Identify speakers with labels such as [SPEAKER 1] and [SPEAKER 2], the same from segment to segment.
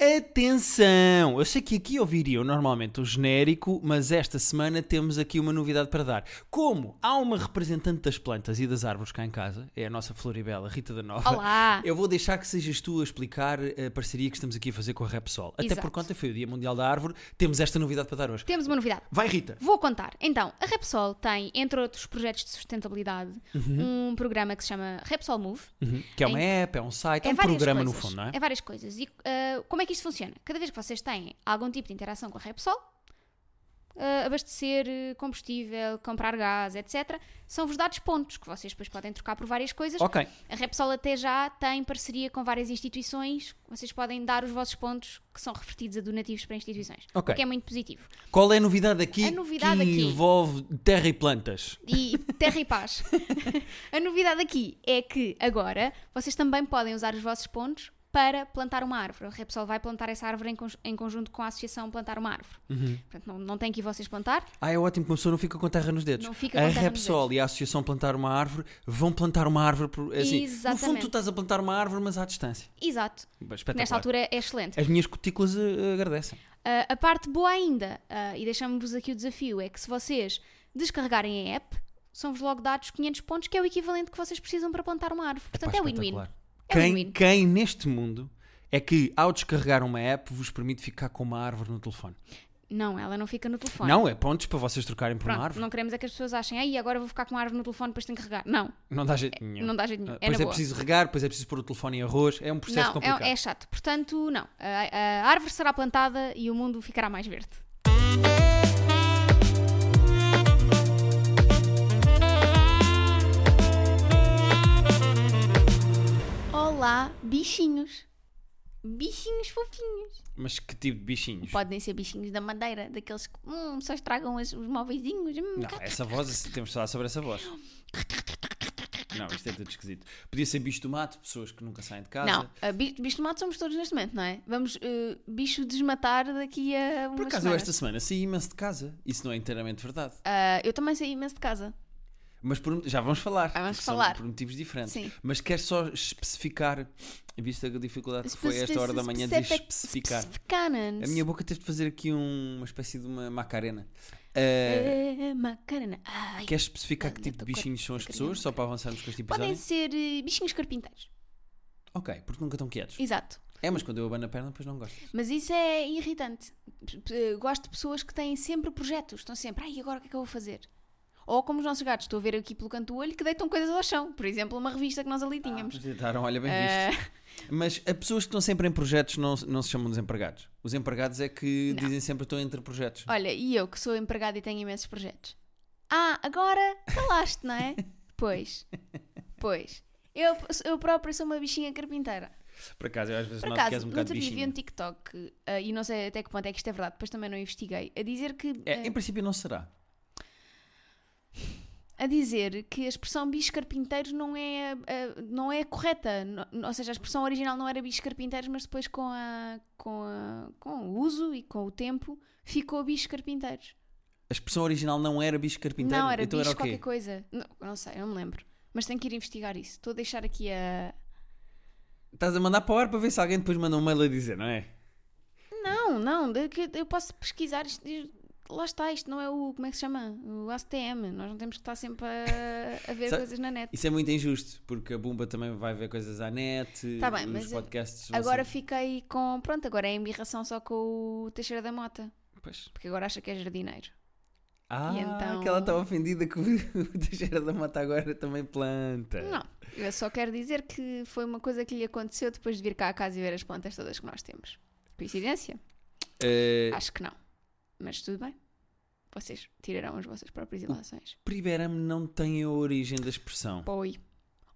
[SPEAKER 1] Atenção! Eu sei que aqui ouviriam normalmente o genérico, mas esta semana temos aqui uma novidade para dar. Como há uma representante das plantas e das árvores cá em casa, é a nossa Floribela Rita da Nova.
[SPEAKER 2] Olá!
[SPEAKER 1] Eu vou deixar que sejas tu a explicar a parceria que estamos aqui a fazer com a Repsol. Até
[SPEAKER 2] Exato.
[SPEAKER 1] por conta foi o Dia Mundial da Árvore, temos esta novidade para dar hoje.
[SPEAKER 2] Temos uma novidade.
[SPEAKER 1] Vai, Rita!
[SPEAKER 2] Vou contar. Então, a Repsol tem, entre outros projetos de sustentabilidade, um programa que se chama Repsol Move.
[SPEAKER 1] Uhum. Que é uma app, é um site, é, um
[SPEAKER 2] várias
[SPEAKER 1] programa no
[SPEAKER 2] coisas.
[SPEAKER 1] fundo, não é?
[SPEAKER 2] várias coisas. E ah, como é que isto funciona? Cada vez que vocês têm algum tipo de interação com a Repsol, ah, abastecer eh, combustível, comprar gás, etc., são-vos dados pontos que vocês depois podem trocar por várias coisas.
[SPEAKER 1] Ok,
[SPEAKER 2] A Repsol até já tem parceria com várias instituições. Vocês podem dar os vossos pontos que são revertidos a donativos para instituições.
[SPEAKER 1] Ok.
[SPEAKER 2] O que é muito positivo.
[SPEAKER 1] qual é a novidade aqui
[SPEAKER 2] A novidade
[SPEAKER 1] que
[SPEAKER 2] aqui-
[SPEAKER 1] envolve terra e plantas?
[SPEAKER 2] E terra e paz. a novidade aqui é que agora vocês também podem usar os vossos pontos para plantar uma árvore. A Repsol vai plantar essa árvore em, conj- em conjunto com a associação Plantar uma Árvore.
[SPEAKER 1] Uhum.
[SPEAKER 2] Portanto, não, não tem que ir vocês plantar.
[SPEAKER 1] Ah, é ótimo que uma pessoa não fica com terra nos dedos.
[SPEAKER 2] Não fica
[SPEAKER 1] a
[SPEAKER 2] com terra nos
[SPEAKER 1] Repsol e a Associação Plantar uma Árvore vão plantar uma árvore. Por, é assim, No fundo,
[SPEAKER 2] Exatamente.
[SPEAKER 1] tu estás a plantar uma árvore, mas à distância.
[SPEAKER 2] Exato.
[SPEAKER 1] Espetacular.
[SPEAKER 2] Nesta altura é excelente.
[SPEAKER 1] As minhas cutículas eh, agradecem.
[SPEAKER 2] Ah, a parte boa ainda, ah, e deixamos-vos aqui o desafio, é que se vocês descarregarem a app, são-vos logo dados 500 pontos, que é o equivalente que vocês precisam para plantar uma árvore. Portanto,
[SPEAKER 1] Pá,
[SPEAKER 2] é win-win.
[SPEAKER 1] espetacular.
[SPEAKER 2] É
[SPEAKER 1] Quem,
[SPEAKER 2] win-win.
[SPEAKER 1] quem neste mundo é que, ao descarregar uma app, vos permite ficar com uma árvore no telefone?
[SPEAKER 2] Não, ela não fica no telefone.
[SPEAKER 1] Não, é pontos para vocês trocarem por uma
[SPEAKER 2] Pronto,
[SPEAKER 1] árvore.
[SPEAKER 2] não queremos é que as pessoas achem, aí agora vou ficar com uma árvore no telefone, depois tenho que regar. Não,
[SPEAKER 1] Não, dá jeito nenhum.
[SPEAKER 2] não dá jeito nenhum.
[SPEAKER 1] Ah,
[SPEAKER 2] É na
[SPEAKER 1] Depois é,
[SPEAKER 2] boa.
[SPEAKER 1] preciso regar, depois é preciso pôr o telefone em arroz. É um processo
[SPEAKER 2] não,
[SPEAKER 1] complicado.
[SPEAKER 2] é, é chato. Portanto, não. A, a árvore será plantada e o mundo ficará mais verde. Olá, bichinhos. Bichinhos fofinhos.
[SPEAKER 1] Mas que tipo de bichinhos?
[SPEAKER 2] Podem ser bichinhos da madeira, daqueles que hum, só estragam as- os móveizinhos. Hum,
[SPEAKER 1] Não, essa voz, assim, temos de falar sobre essa voz. Não, isto é tudo esquisito. Podia ser bicho do mato, pessoas que nunca saem de casa.
[SPEAKER 2] Não, a bi- bicho de mato somos todos neste momento, não é? Vamos eh, bicho desmatar daqui a umas
[SPEAKER 1] Por acaso, eu
[SPEAKER 2] semanas.
[SPEAKER 1] esta semana saí imenso de casa. Isso não é inteiramente verdade.
[SPEAKER 2] Ah, eu também saí imenso de casa.
[SPEAKER 1] Mas por- já vamos falar.
[SPEAKER 2] Ah, vamos
[SPEAKER 1] porque são
[SPEAKER 2] falar.
[SPEAKER 1] por motivos diferentes.
[SPEAKER 2] Sim.
[SPEAKER 1] Mas quero só especificar, vista a dificuldade que foi a esta hora da manhã de
[SPEAKER 2] Specific-
[SPEAKER 1] especificar.
[SPEAKER 2] specificanans.
[SPEAKER 1] A minha boca teve de fazer aqui um- uma espécie de uma macarena. Uh,
[SPEAKER 2] Eh, macarena. Ai.
[SPEAKER 1] queres especificar que
[SPEAKER 2] Ai,
[SPEAKER 1] tipo de
[SPEAKER 2] meu teu
[SPEAKER 1] bichinhos são as
[SPEAKER 2] corpo,
[SPEAKER 1] pessoas,
[SPEAKER 2] macarena,
[SPEAKER 1] só para avançarmos com este episódio?
[SPEAKER 2] Podem ser eh, bichinhos carpinteiros.
[SPEAKER 1] Ok, porque nunca estão quietos.
[SPEAKER 2] Exato.
[SPEAKER 1] É, mas quando eu abano a perna, depois não gosto.
[SPEAKER 2] Mas isso é irritante. P- p- Gosto de pessoas que têm sempre projetos. Estão sempre, ai, agora o que é que eu vou fazer? Ou como os nossos gatos, estou a ver aqui pelo canto do olho, que deitam coisas ao chão. Por exemplo, uma revista que nós
[SPEAKER 1] Ah,
[SPEAKER 2] ali tínhamos. Eh,
[SPEAKER 1] Tentaram, olha, bem visto. Mas as pessoas que estão sempre em projetos não, não se chamam desempregados. Os empregados é que dizem sempre estou entre projetos.
[SPEAKER 2] Olha, e eu que sou empregada e tenho imensos projetos. Ah, agora calaste, não é? pois. Pois. Eu, eu própria sou uma bichinha carpinteira.
[SPEAKER 1] Por acaso, eu às vezes
[SPEAKER 2] Por
[SPEAKER 1] noto que és
[SPEAKER 2] acaso,
[SPEAKER 1] um
[SPEAKER 2] no
[SPEAKER 1] bocado
[SPEAKER 2] outro dia vi um
[SPEAKER 1] bichinho.
[SPEAKER 2] TikTok, eh, e não sei até que ponto é que isto é verdade, depois também não investiguei, a dizer que. eh,
[SPEAKER 1] É, em princípio não será.
[SPEAKER 2] a dizer que a expressão bichos carpinteiros não é, eh, não é correta. No- ou seja, a expressão original não era bichos carpinteiros, mas depois com, a, com, a- com o uso e com o tempo ficou bichos carpinteiros.
[SPEAKER 1] A expressão original não era bicho carpinteiro?
[SPEAKER 2] Não, era
[SPEAKER 1] então
[SPEAKER 2] bicho
[SPEAKER 1] era o quê?
[SPEAKER 2] qualquer coisa. Não, eu não sei, eu não me lembro. Mas tenho que ir investigar isso. Estou a deixar aqui a.
[SPEAKER 1] Estás a mandar para o ar para ver se alguém depois manda um mail a dizer, não é?
[SPEAKER 2] Não, não, de- que eu posso pesquisar isto. isto- Lá está, isto não é o. Como é que se chama? O ACTM. Nós não temos que estar sempre a, a ver
[SPEAKER 1] Sabe-
[SPEAKER 2] coisas na net.
[SPEAKER 1] Isso é muito injusto, porque a Bumba também vai ver coisas à net,
[SPEAKER 2] Tá bem,
[SPEAKER 1] os
[SPEAKER 2] mas
[SPEAKER 1] podcasts... vão
[SPEAKER 2] Agora
[SPEAKER 1] ser-
[SPEAKER 2] fiquei com. Pronto, agora é embirração só com o Teixeira da Mota.
[SPEAKER 1] Pois.
[SPEAKER 2] Porque agora acha que é jardineiro.
[SPEAKER 1] Ah,
[SPEAKER 2] então-
[SPEAKER 1] que ela está ofendida que o Teixeira da Mata agora também planta.
[SPEAKER 2] Não, eu só quero dizer que foi uma coisa que lhe aconteceu depois de vir cá a casa e ver as plantas todas que nós temos. Coincidência?
[SPEAKER 1] Eh,
[SPEAKER 2] Acho que não. Mas tudo bem. Vocês tirarão as vossas próprias ilações.
[SPEAKER 1] Priberam não tem a origem da expressão.
[SPEAKER 2] Poi.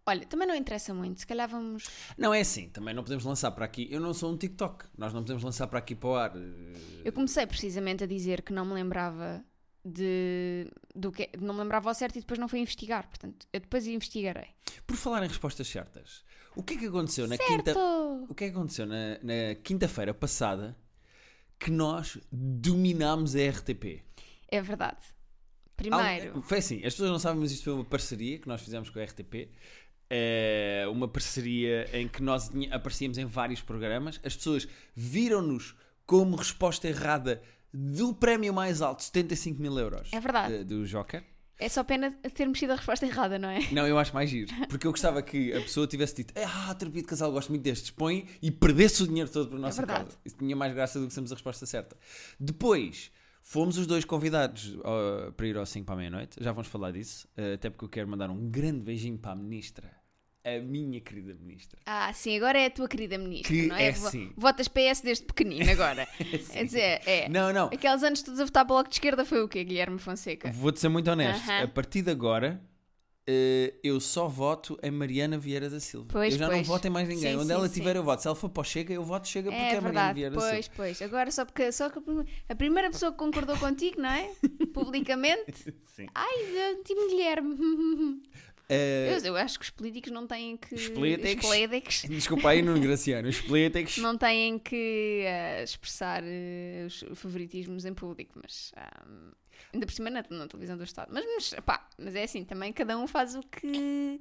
[SPEAKER 2] Olha, também não interessa muito. Se calhar vamos.
[SPEAKER 1] Não é assim, também não podemos lançar para aqui. Eu não sou um TikTok, nós não podemos lançar para aqui para o ar. eh,
[SPEAKER 2] Eu comecei precisamente a dizer que não me lembrava de. Do que... Não me lembrava ao certo e depois não fui investigar. Portanto, eu depois investigarei.
[SPEAKER 1] Por falar em respostas certas, o que é que aconteceu na quinta?
[SPEAKER 2] Certo!
[SPEAKER 1] O que é que aconteceu na, na quinta-feira passada que nós dominámos a RTP?
[SPEAKER 2] É verdade.
[SPEAKER 1] Al-
[SPEAKER 2] Primeiro.
[SPEAKER 1] um- Foi assim, as pessoas não sabem, mas isto foi uma parceria que nós fizemos com a RTP. eh, uma parceria em que nós tinha- aparecíamos em vários programas. As pessoas viram-nos como resposta errada do prémio mais alto, 75 mil euros.
[SPEAKER 2] É verdade.
[SPEAKER 1] eh, do Joker.
[SPEAKER 2] É só pena termos tido a resposta errada, não é?
[SPEAKER 1] Não, eu acho mais giro. Porque eu gostava que a pessoa tivesse dito: Ah, terapia de casal, gosto muito destes. Põe e perdesse o dinheiro todo para a nossa
[SPEAKER 2] É verdade.
[SPEAKER 1] casa. Isso tinha mais graça do que sermos a resposta certa. Depois, fomos os dois convidados ó, para ir ao 5 para a meia-noite. Já vamos falar disso. eh, até porque eu quero mandar um grande beijinho para a ministra. A minha querida ministra.
[SPEAKER 2] Ah, sim, agora é a tua querida ministra,
[SPEAKER 1] Que
[SPEAKER 2] não é?
[SPEAKER 1] é
[SPEAKER 2] Vo-
[SPEAKER 1] sim.
[SPEAKER 2] Votas PS desde pequenino agora. Quer dizer, é.
[SPEAKER 1] Não, não.
[SPEAKER 2] Aqueles anos todos a votar Bloco de Esquerda foi o quê, Guilherme Fonseca?
[SPEAKER 1] Vou-te ser muito honesto.
[SPEAKER 2] Aham.
[SPEAKER 1] A partir de agora. eh, eu só voto em Mariana Vieira da Silva.
[SPEAKER 2] Pois,
[SPEAKER 1] eu já não
[SPEAKER 2] pois.
[SPEAKER 1] voto em mais ninguém.
[SPEAKER 2] Sim,
[SPEAKER 1] Onde
[SPEAKER 2] sim,
[SPEAKER 1] ela
[SPEAKER 2] sim.
[SPEAKER 1] tiver, eu voto. Se ela for para o Chega, eu voto Chega porque é,
[SPEAKER 2] É
[SPEAKER 1] Mariana
[SPEAKER 2] verdade,
[SPEAKER 1] Vieira da Silva.
[SPEAKER 2] pois, pois. Agora só porque só que a primeira pessoa que concordou contigo, não é? Publicamente.
[SPEAKER 1] Sim.
[SPEAKER 2] Ai, time Guilherme.
[SPEAKER 1] Eh,
[SPEAKER 2] Eu, eu acho que os políticos não têm que.
[SPEAKER 1] Os políticos.
[SPEAKER 2] os políticos
[SPEAKER 1] Desculpa aí, Nuno Graciano. Os políticos.
[SPEAKER 2] Não têm que eh, expressar eh, os favoritismos em público, mas. ah, ainda por cima na, na televisão do Estado. Mas, mas, pá, mas é assim, também cada um faz o que.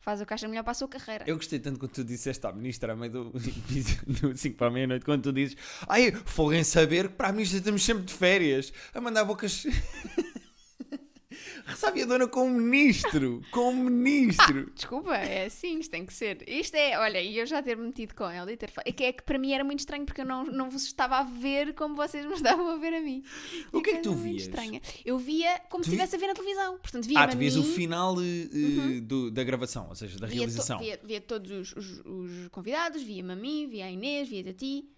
[SPEAKER 2] faz o que acha melhor para a sua carreira.
[SPEAKER 1] Eu gostei tanto quando tu disseste à ministra à meio do, do 5 para a meia-noite, quando tu dizes Ai, foguem saber que para a ministra estamos sempre de férias, a mandar bocas. Recebe a dona com o ministro, com o ministro.
[SPEAKER 2] Desculpa, é assim, isto tem que ser. Isto é, olha, e eu já ter me metido com ela e ter falado. É que, é que para mim era muito estranho porque eu não, não vos estava a ver como vocês me estavam a ver a mim.
[SPEAKER 1] O que é que tu
[SPEAKER 2] Era muito
[SPEAKER 1] vias?
[SPEAKER 2] estranha. Eu via como
[SPEAKER 1] Tu
[SPEAKER 2] se
[SPEAKER 1] vi-
[SPEAKER 2] estivesse a ver na televisão. Portanto, via
[SPEAKER 1] Ah, tu vias
[SPEAKER 2] mim, Uhum.
[SPEAKER 1] o final eh, eh, do- da gravação, ou seja, da
[SPEAKER 2] via to-
[SPEAKER 1] realização.
[SPEAKER 2] Via, via todos os, os- os convidados, via-me a mim, via a Inês, via-te a ti.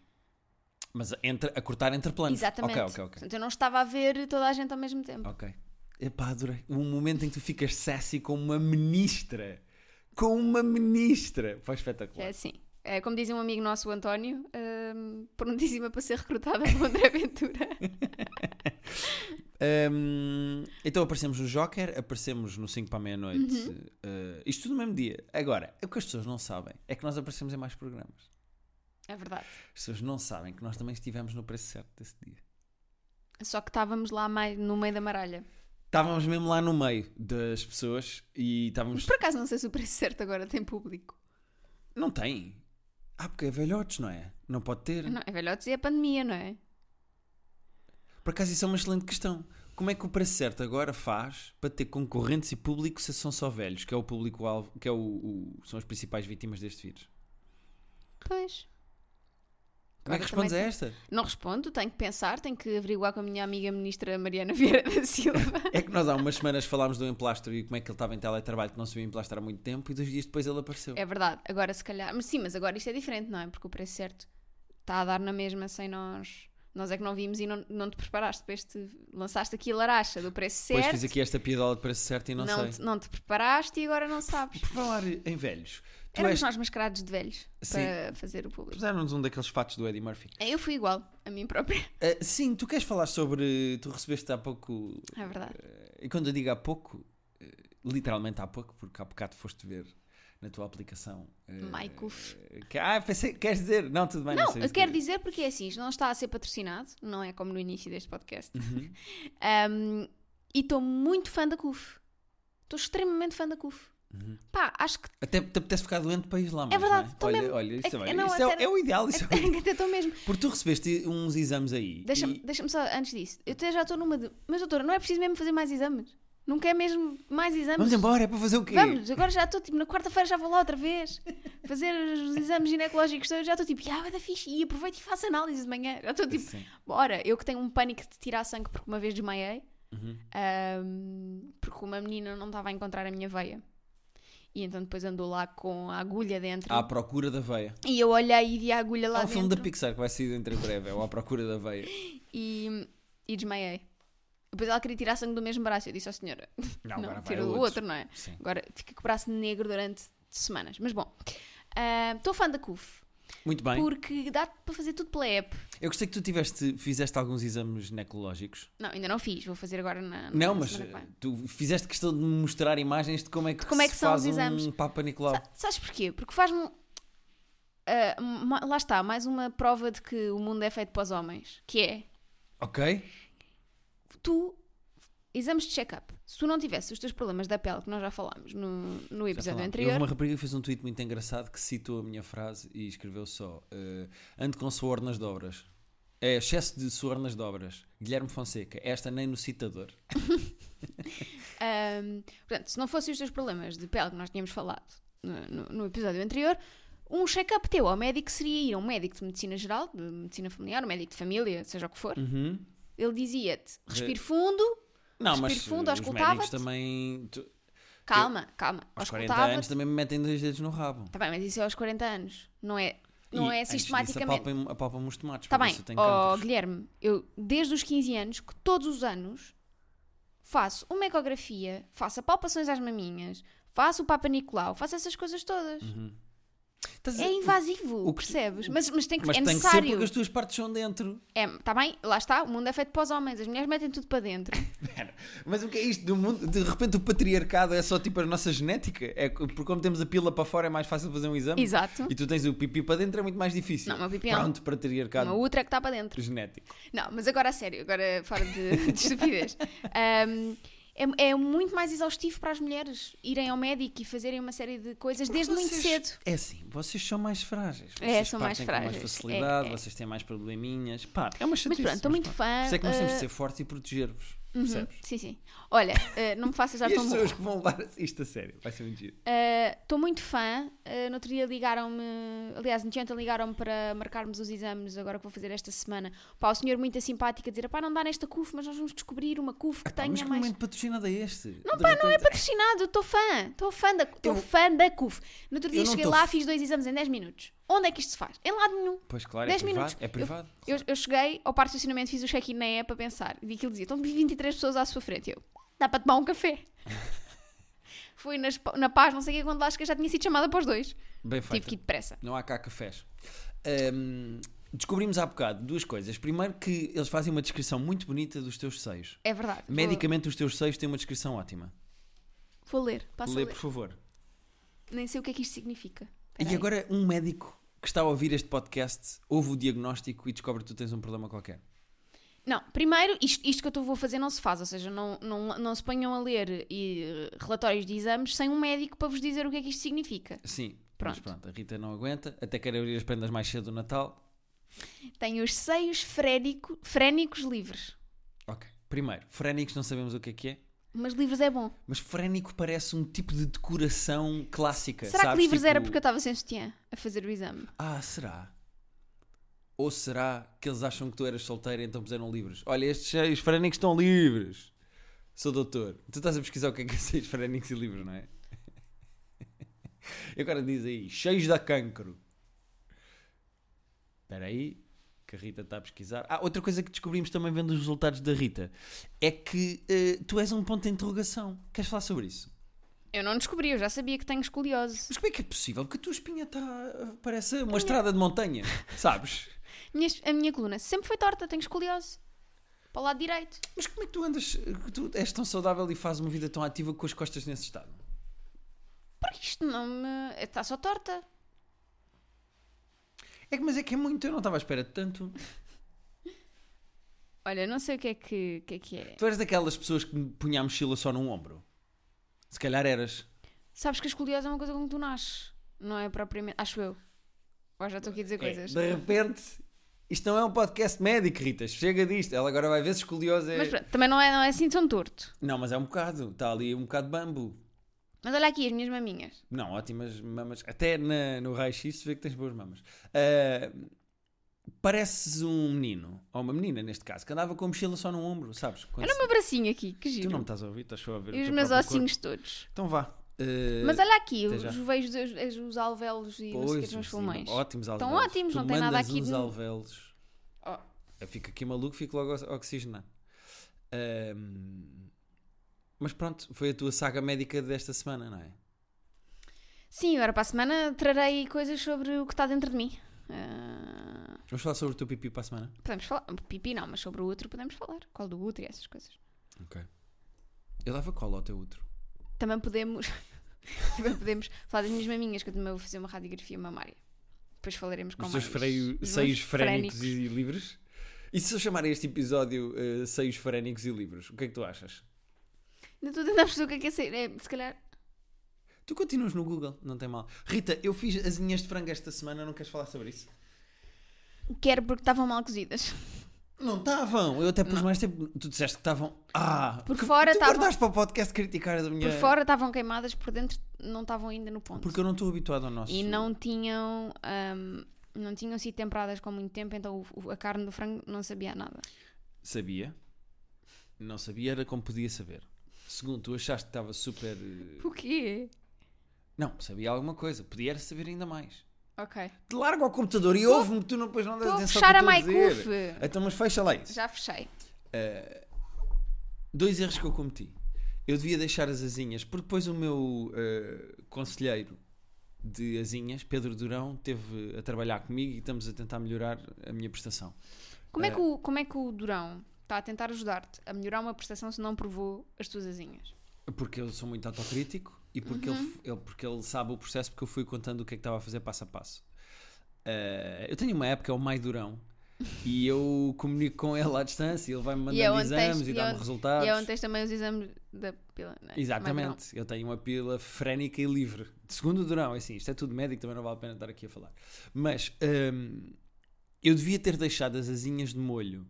[SPEAKER 1] Mas entre, a cortar entre planos.
[SPEAKER 2] Exatamente.
[SPEAKER 1] Ok, ok, ok.
[SPEAKER 2] Portanto, eu não estava a ver toda a gente ao mesmo tempo.
[SPEAKER 1] Ok. Epá, adorei. Um momento em que tu ficas sassy com uma ministra. Com uma ministra. Foi
[SPEAKER 2] É
[SPEAKER 1] espetacular.
[SPEAKER 2] assim. É, como dizia um amigo nosso, o António, hum, prontíssima para ser recrutada para o André Ventura.
[SPEAKER 1] Hum, então aparecemos no Joker, aparecemos no 5 para a meia-noite. eh, isto tudo no mesmo dia. Agora, o que as pessoas não sabem é que nós aparecemos em mais programas.
[SPEAKER 2] É verdade.
[SPEAKER 1] As pessoas não sabem que nós também estivemos no preço certo desse dia.
[SPEAKER 2] Só que estávamos lá mais no meio da maralha.
[SPEAKER 1] Estávamos mesmo lá no meio das pessoas e
[SPEAKER 2] Mas
[SPEAKER 1] estávamos.
[SPEAKER 2] por acaso não sei se o preço certo agora tem público.
[SPEAKER 1] Não tem. Ah, porque é velhotes, não é? Não pode ter.
[SPEAKER 2] Não, é velhotes e é pandemia, não é?
[SPEAKER 1] Por acaso isso é uma excelente questão. Como é que o preço certo agora faz para ter concorrentes e público se são só velhos, que é o público-alvo, que é o, o- são as principais vítimas deste vírus?
[SPEAKER 2] Pois.
[SPEAKER 1] Como é que
[SPEAKER 2] Agora também
[SPEAKER 1] respondes a
[SPEAKER 2] tem-
[SPEAKER 1] esta?
[SPEAKER 2] Não respondo, tenho que pensar, tenho que averiguar com a minha amiga ministra Mariana Vieira da Silva.
[SPEAKER 1] É que nós há umas semanas falámos do emplastro e como é que ele estava em teletrabalho que não se via emplastro há muito tempo e dois dias depois ele apareceu.
[SPEAKER 2] é verdade, agora se calhar. Mas sim, mas agora isto é diferente, não é? Porque o preço certo está a dar na mesma sem nós. Nós é que não vimos e não, não te preparaste para este. Lançaste aqui a laracha do preço certo.
[SPEAKER 1] Depois fiz aqui esta piadola de preço certo e não,
[SPEAKER 2] não,
[SPEAKER 1] sei.
[SPEAKER 2] te, não te preparaste e agora não sabes.
[SPEAKER 1] Por falar em velhos, tu
[SPEAKER 2] Éramos
[SPEAKER 1] és...
[SPEAKER 2] nós mascarados de velhos
[SPEAKER 1] Sim.
[SPEAKER 2] para fazer o público.
[SPEAKER 1] Puseram-nos um daqueles fatos do Eddie Murphy.
[SPEAKER 2] Eu fui igual a mim própria.
[SPEAKER 1] Ah, sim, tu queres falar sobre. Tu recebeste há pouco
[SPEAKER 2] É verdade.
[SPEAKER 1] E quando eu digo há pouco, eh, literalmente há pouco, porque há bocado foste ver na tua aplicação. eh,
[SPEAKER 2] Maicuf.
[SPEAKER 1] que- ah, pensei, queres dizer? Não, tudo bem.
[SPEAKER 2] Não,
[SPEAKER 1] sei
[SPEAKER 2] eu
[SPEAKER 1] isso
[SPEAKER 2] quero dizer porque é assim, isto não está a ser patrocinado, não é como no início deste podcast.
[SPEAKER 1] Uhum.
[SPEAKER 2] Um, e estou muito fã da CUF. Estou extremamente fã da CUF.
[SPEAKER 1] Uhum.
[SPEAKER 2] Pá, acho que
[SPEAKER 1] Até te apetece ficar doente para ir lá, mas, não
[SPEAKER 2] É
[SPEAKER 1] é?
[SPEAKER 2] verdade, estou
[SPEAKER 1] Olha,
[SPEAKER 2] mesmo-
[SPEAKER 1] olha, isso,
[SPEAKER 2] é que-
[SPEAKER 1] também-
[SPEAKER 2] não,
[SPEAKER 1] isso é,
[SPEAKER 2] até-
[SPEAKER 1] é o ideal. Isso é o-
[SPEAKER 2] até estou mesmo.
[SPEAKER 1] Porque tu recebeste uns exames aí.
[SPEAKER 2] Deixa-me
[SPEAKER 1] e-
[SPEAKER 2] deixa-me só, antes disso, eu até já estou numa de. Mas doutora, não é preciso mesmo fazer mais exames? Não quer mesmo mais exames?
[SPEAKER 1] Vamos embora, é para fazer o quê?
[SPEAKER 2] Vamos, agora já estou tipo, na quarta-feira já vou lá outra vez fazer os exames ginecológicos, todos, já estou tipo, ah, vai dar fixe, e aproveito e faço análise de manhã. Já estou tipo,
[SPEAKER 1] Sim.
[SPEAKER 2] bora, eu que tenho um pânico de tirar sangue porque uma vez desmaiei,
[SPEAKER 1] Uhum.
[SPEAKER 2] ahm, porque uma menina não estava a encontrar a minha veia. E então depois andou lá com a agulha dentro.
[SPEAKER 1] À procura da veia.
[SPEAKER 2] E eu olhei e vi a agulha lá
[SPEAKER 1] Há um
[SPEAKER 2] dentro
[SPEAKER 1] filme da Pixar que vai sair dentro em breve, é o À Procura da Veia.
[SPEAKER 2] e, e desmaiei. Depois ela queria tirar sangue do mesmo braço. Eu disse à senhora,
[SPEAKER 1] Não,
[SPEAKER 2] não,
[SPEAKER 1] agora vai
[SPEAKER 2] tira do
[SPEAKER 1] outro.
[SPEAKER 2] outro, não é?
[SPEAKER 1] Sim.
[SPEAKER 2] Agora fica com o braço negro durante semanas. Mas bom, ah, estou fã da CUF.
[SPEAKER 1] Muito bem.
[SPEAKER 2] Porque dá para fazer tudo pela app.
[SPEAKER 1] Eu gostei que tu tiveste, fizeste alguns exames ginecológicos.
[SPEAKER 2] Não, ainda não fiz, vou fazer agora na. na
[SPEAKER 1] Não, mas
[SPEAKER 2] semana que vem.
[SPEAKER 1] eh, tu fizeste questão de me mostrar imagens de como é que,
[SPEAKER 2] como é
[SPEAKER 1] se
[SPEAKER 2] que são
[SPEAKER 1] faz
[SPEAKER 2] os exames.
[SPEAKER 1] um Papa Nicolau.
[SPEAKER 2] Sa- Sabes porquê? Porque faz-me. ah, ma- lá está, mais uma prova de que o mundo é feito para os homens. Que é.
[SPEAKER 1] Ok?
[SPEAKER 2] Tu. Exames de check-up. Se tu não tivesse os teus problemas da pele, que nós já falámos no, no
[SPEAKER 1] Já
[SPEAKER 2] episódio
[SPEAKER 1] falámos.
[SPEAKER 2] anterior,
[SPEAKER 1] Houve uma rapariga que fez um tweet muito engraçado que citou a minha frase e escreveu só: eh, Ando com suor nas dobras. É excesso de suor nas dobras. Guilherme Fonseca, esta nem no citador.
[SPEAKER 2] Ahm, portanto, se não fossem os teus problemas de pele que nós tínhamos falado no, no- no episódio anterior, um check-up teu ao médico seria ir a um médico de medicina geral, de medicina familiar, um médico de família, seja o que for.
[SPEAKER 1] Uhum.
[SPEAKER 2] Ele dizia-te: respire
[SPEAKER 1] Ver-
[SPEAKER 2] fundo,
[SPEAKER 1] Não,
[SPEAKER 2] Respiro
[SPEAKER 1] mas eh,
[SPEAKER 2] fundo,
[SPEAKER 1] os
[SPEAKER 2] auscultava-te.
[SPEAKER 1] médicos também. tu-
[SPEAKER 2] calma, calma,
[SPEAKER 1] aos 40 anos
[SPEAKER 2] auscultava-te.
[SPEAKER 1] também me metem dois dedos no rabo.
[SPEAKER 2] Tá bem, mas isso é aos 40 anos, não é, não
[SPEAKER 1] E
[SPEAKER 2] é
[SPEAKER 1] antes disso
[SPEAKER 2] sistematicamente.
[SPEAKER 1] apalpam- Apalpam-me os tomates.
[SPEAKER 2] Está
[SPEAKER 1] para ver
[SPEAKER 2] bem,
[SPEAKER 1] se é eu tenho
[SPEAKER 2] oh,
[SPEAKER 1] cancros.
[SPEAKER 2] Guilherme, eu desde os 15 anos que todos os anos faço uma ecografia, faço palpações às maminhas, faço o Papa Nicolau, faço essas coisas todas.
[SPEAKER 1] Estás a-
[SPEAKER 2] É invasivo,
[SPEAKER 1] Uhum. o que-
[SPEAKER 2] percebes? mas, mas tem que,
[SPEAKER 1] Mas
[SPEAKER 2] é
[SPEAKER 1] tem que ser
[SPEAKER 2] necessário.
[SPEAKER 1] porque as tuas partes são dentro.
[SPEAKER 2] É, tá bem, lá está, o mundo é feito para os homens, as mulheres metem tudo para dentro.
[SPEAKER 1] Mas o que é isto do mundo? De repente o patriarcado é só tipo a nossa genética? É co- porque como temos a pila para fora é mais fácil fazer um exame?
[SPEAKER 2] Exato.
[SPEAKER 1] E tu tens o pipi para dentro é muito mais difícil.
[SPEAKER 2] Não, meu pipi é um-
[SPEAKER 1] Pronto, patriarcado
[SPEAKER 2] Uma outra que está para dentro.
[SPEAKER 1] genético.
[SPEAKER 2] Não, mas agora a sério, agora fora de, de estupidez. Ahm, é, é muito mais exaustivo para as mulheres irem ao médico e fazerem uma série de coisas desde muito
[SPEAKER 1] Vocês-
[SPEAKER 2] cedo.
[SPEAKER 1] É assim, vocês são mais frágeis.
[SPEAKER 2] É,
[SPEAKER 1] Vocês
[SPEAKER 2] são mais
[SPEAKER 1] partem com
[SPEAKER 2] frágeis.
[SPEAKER 1] mais facilidade,
[SPEAKER 2] É, é.
[SPEAKER 1] vocês têm mais probleminhas. Pá, é uma
[SPEAKER 2] Mas
[SPEAKER 1] chatice.
[SPEAKER 2] pronto, estou muito
[SPEAKER 1] pronto.
[SPEAKER 2] fã.
[SPEAKER 1] Por isso é que nós temos de
[SPEAKER 2] ah,
[SPEAKER 1] ser fortes e proteger-vos. Percebes?
[SPEAKER 2] Sim, sim. Olha, ah, não me faças já
[SPEAKER 1] E as
[SPEAKER 2] tão burro.
[SPEAKER 1] pessoas que vão levar isto a sério, vai ser muito giro.
[SPEAKER 2] Ah, Estou muito fã. Ah, no outro dia ligaram-me, aliás, no ontem ligaram-me para marcarmos os exames, agora que vou fazer esta semana. Pá, o senhor muito simpático a dizer: pá, não dá nesta CUF, mas nós vamos descobrir uma CUF
[SPEAKER 1] Pá,
[SPEAKER 2] que
[SPEAKER 1] mas
[SPEAKER 2] tenha
[SPEAKER 1] que
[SPEAKER 2] mais.
[SPEAKER 1] momento patrocinado é este?
[SPEAKER 2] Não,
[SPEAKER 1] De
[SPEAKER 2] pá, não é
[SPEAKER 1] repente-
[SPEAKER 2] patrocinado, estou fã, estou fã da estou
[SPEAKER 1] Eu-
[SPEAKER 2] fã da CUF. No outro
[SPEAKER 1] Eu
[SPEAKER 2] dia
[SPEAKER 1] não
[SPEAKER 2] cheguei
[SPEAKER 1] tô
[SPEAKER 2] lá,
[SPEAKER 1] f-
[SPEAKER 2] fiz dois exames em 10 minutos. Onde é que isto se faz? Em lado nenhum.
[SPEAKER 1] Pois claro, é
[SPEAKER 2] 10
[SPEAKER 1] privado.
[SPEAKER 2] minutos.
[SPEAKER 1] É privado.
[SPEAKER 2] Eu, eu cheguei ao parque de estacionamento, fiz o check-in na app a pensar. E aquilo dizia: estão 23 pessoas à sua frente. Eu, dá para tomar um café. Fui nas, na paz, não sei o que, quando lá cheguei já tinha sido chamada para os dois.
[SPEAKER 1] Bem feito.
[SPEAKER 2] Tive que ir depressa.
[SPEAKER 1] Não há cá cafés. Ahm, descobrimos há bocado duas coisas. Primeiro que eles fazem uma descrição muito bonita dos teus seios.
[SPEAKER 2] É verdade. Vou-
[SPEAKER 1] Medicamente os teus seios têm uma descrição ótima.
[SPEAKER 2] Vou, ler, passa
[SPEAKER 1] Lê,
[SPEAKER 2] a
[SPEAKER 1] por
[SPEAKER 2] ler.
[SPEAKER 1] favor.
[SPEAKER 2] Nem sei o que é que isto significa.
[SPEAKER 1] E
[SPEAKER 2] Peraí.
[SPEAKER 1] agora um médico que está a ouvir este podcast ouve o diagnóstico e descobre que tu tens um problema qualquer.
[SPEAKER 2] Não, primeiro, isto, isto que eu estou- vou fazer não se faz, ou seja, não, não, não se ponham a ler e, relatórios de exames sem um médico para vos dizer o que é que isto significa.
[SPEAKER 1] Sim. Mas
[SPEAKER 2] Pronto.
[SPEAKER 1] pronto, a Rita não aguenta, até quer abrir as prendas mais cedo do Natal.
[SPEAKER 2] Tenho os seios frénico, frénicos livres.
[SPEAKER 1] Ok. Primeiro, frénicos não sabemos o que é que é,
[SPEAKER 2] Mas livres é bom.
[SPEAKER 1] mas frénico parece um tipo de decoração clássica.
[SPEAKER 2] Será que
[SPEAKER 1] sabes?
[SPEAKER 2] livres era
[SPEAKER 1] Tipo-
[SPEAKER 2] porque eu estava sem sutiã a fazer o exame?
[SPEAKER 1] Ah, será? Ou será que eles acham que tu eras solteira e então puseram livres? Olha, estes seios frénicos estão livres. Sou doutor. Tu estás a pesquisar o que é que é seios frénicos e livres, não é? E agora diz aí, cheios da cancro. Espera aí, que a Rita está a pesquisar. Ah, outra coisa que descobrimos também vendo os resultados da Rita é que eh, tu és um ponto de interrogação. Queres falar sobre isso?
[SPEAKER 2] Eu não descobri, eu já sabia que tenho escoliose.
[SPEAKER 1] Mas como é que é possível? Porque a tua espinha está. parece uma estrada de montanha, sabes?
[SPEAKER 2] Minha es- a minha coluna sempre foi torta, tenho escoliose. Para o lado direito.
[SPEAKER 1] Mas como é que tu andas, tu és tão saudável e fazes uma vida tão ativa com as costas nesse estado?
[SPEAKER 2] Porque isto não me. Está só torta.
[SPEAKER 1] É que, mas é que é muito, eu não estava à espera de tanto.
[SPEAKER 2] Olha, não sei o que é que, o que é, que é.
[SPEAKER 1] Tu eras daquelas pessoas que punha a mochila só num ombro. Se calhar eras.
[SPEAKER 2] Sabes que a escoliose é uma coisa com que tu nasces, não é propriamente. Acho eu. Agora já estou aqui a
[SPEAKER 1] É,
[SPEAKER 2] dizer coisas.
[SPEAKER 1] De repente, isto não é um podcast médico, Ritas. Chega disto. Ela agora vai ver se escoliosa é.
[SPEAKER 2] Mas pronto, também não é, não é assim tão torto.
[SPEAKER 1] Não, mas é um bocado. Está ali um bocado de bambu.
[SPEAKER 2] Mas olha aqui as minhas maminhas.
[SPEAKER 1] Não, ótimas mamas. Até na- no raio-x se vê que tens boas mamas. Ah, pareces um menino, ou uma menina neste caso, que andava com a mochila só num ombro, sabes? Quando
[SPEAKER 2] Olha o meu bracinho aqui, que
[SPEAKER 1] Tu
[SPEAKER 2] giro.
[SPEAKER 1] não me estás a ouvir, estás só a ver. o
[SPEAKER 2] E os
[SPEAKER 1] teu
[SPEAKER 2] meus
[SPEAKER 1] próprio corpo.
[SPEAKER 2] ossinhos todos.
[SPEAKER 1] Então vá. Eh,
[SPEAKER 2] Mas olha aqui,
[SPEAKER 1] até
[SPEAKER 2] os
[SPEAKER 1] já.
[SPEAKER 2] vejos, os, os alvéolos e não sei o que, os meus
[SPEAKER 1] sim,
[SPEAKER 2] pulmões.
[SPEAKER 1] assim, Ótimos alvéolos.
[SPEAKER 2] Estão ótimos,
[SPEAKER 1] Tu
[SPEAKER 2] não tem nada
[SPEAKER 1] mandas
[SPEAKER 2] aqui
[SPEAKER 1] uns
[SPEAKER 2] de-
[SPEAKER 1] alvéolos.
[SPEAKER 2] Oh.
[SPEAKER 1] Eu fico aqui maluco, fico logo a oxigenar. Ahm, Mas pronto, foi a tua saga médica desta semana, não é?
[SPEAKER 2] Sim, agora para a semana trarei coisas sobre o que está dentro de mim. Ah,
[SPEAKER 1] Vamos falar sobre o teu pipi para a semana?
[SPEAKER 2] podemos falar. Pipi não, mas sobre o outro podemos falar. Qual do outro e essas coisas.
[SPEAKER 1] Ok. Eu dava cola ao teu útero.
[SPEAKER 2] Também podemos. também podemos falar das minhas maminhas, que eu também vou fazer uma radiografia mamária. Depois falaremos com
[SPEAKER 1] Os
[SPEAKER 2] mais.
[SPEAKER 1] teus freio,
[SPEAKER 2] os
[SPEAKER 1] seios
[SPEAKER 2] meus
[SPEAKER 1] frénicos e livres? E se eu chamar a este episódio eh, Seios Frénicos e Livres, o que é que tu achas?
[SPEAKER 2] Ainda estou a tentar perceber o que é que é sair. É, se calhar.
[SPEAKER 1] Tu continuas no Google, não tem mal. Rita, eu fiz asinhas de frango esta semana, não queres falar sobre isso?
[SPEAKER 2] Quero porque estavam mal cozidas.
[SPEAKER 1] Não estavam, eu até pus mais tempo. Tu disseste que estavam. Ah!
[SPEAKER 2] Por fora
[SPEAKER 1] tu
[SPEAKER 2] estavam-
[SPEAKER 1] guardaste para o podcast criticar a minha.
[SPEAKER 2] Por fora estavam queimadas, por dentro não estavam ainda no ponto.
[SPEAKER 1] Porque eu não estou habituado ao nosso.
[SPEAKER 2] E não tinham. ahm, não tinham sido temperadas com muito tempo, então o- o- a carne do frango não sabia a nada.
[SPEAKER 1] Sabia. Não sabia, era como podia saber. Segundo, tu achaste que estava super. eh,
[SPEAKER 2] O quê?
[SPEAKER 1] Não, sabia alguma coisa. Podia era saber ainda mais.
[SPEAKER 2] Ok.
[SPEAKER 1] Te larga ao computador e ouve-me, tu não, depois não das
[SPEAKER 2] Estou a
[SPEAKER 1] atenção.
[SPEAKER 2] fechar
[SPEAKER 1] ao
[SPEAKER 2] a
[SPEAKER 1] é que eu estou a
[SPEAKER 2] MyCuf.
[SPEAKER 1] dizer. Então, mas fecha lá isso.
[SPEAKER 2] Já fechei.
[SPEAKER 1] Dois erros que eu cometi. Eu devia deixar as asinhas, porque depois o meu eh, conselheiro de asinhas, Pedro Durão, esteve a trabalhar comigo e estamos a tentar melhorar a minha prestação.
[SPEAKER 2] Como é que o, como é que o Durão está a tentar ajudar-te a melhorar uma prestação se não provou as tuas asinhas?
[SPEAKER 1] Porque eu sou muito autocrítico e porque,
[SPEAKER 2] Uhum.
[SPEAKER 1] ele, f- ele- porque ele sabe o processo, porque eu fui contando o que é que estava a fazer passo a passo. Eh, eu tenho uma app que é o Mais Durão e eu comunico com ele à distância, ele vai-me
[SPEAKER 2] E é
[SPEAKER 1] mandando
[SPEAKER 2] onde tens-
[SPEAKER 1] exames e
[SPEAKER 2] e
[SPEAKER 1] dá-me
[SPEAKER 2] onde-
[SPEAKER 1] resultados.
[SPEAKER 2] E é onde tens também os exames da pila, né? Mas
[SPEAKER 1] Exatamente, eu tenho uma pila frénica e livre. De segundo Durão, é assim, isto é tudo médico, também não vale a pena estar aqui a falar. Mas hum, eu devia ter deixado as asinhas de molho.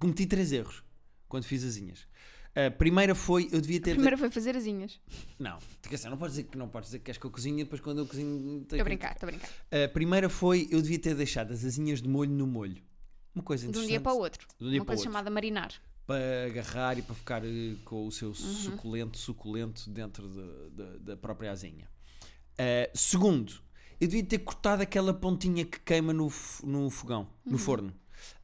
[SPEAKER 1] Cometi três erros quando fiz asinhas. A primeira foi, eu devia ter.
[SPEAKER 2] não. Primeiro foi fazer asinhas.
[SPEAKER 1] Não, quer dizer, não podes dizer que não podes dizer que queres que eu cozinhe, depois quando eu cozinho.
[SPEAKER 2] Estou a brincar, estou a brincar.
[SPEAKER 1] A primeira foi, eu devia ter deixado as asinhas de molho no molho. Uma coisa
[SPEAKER 2] De
[SPEAKER 1] interessante.
[SPEAKER 2] um dia para o outro.
[SPEAKER 1] De um dia
[SPEAKER 2] uma
[SPEAKER 1] para o
[SPEAKER 2] coisa
[SPEAKER 1] outro.
[SPEAKER 2] chamada marinar.
[SPEAKER 1] para agarrar e para ficar eh, com o seu
[SPEAKER 2] Uhum.
[SPEAKER 1] suculento, suculento dentro da- da- da própria asinha. Eh, segundo, eu devia ter cortado aquela pontinha que queima no, f- no fogão,
[SPEAKER 2] Uhum.
[SPEAKER 1] no forno.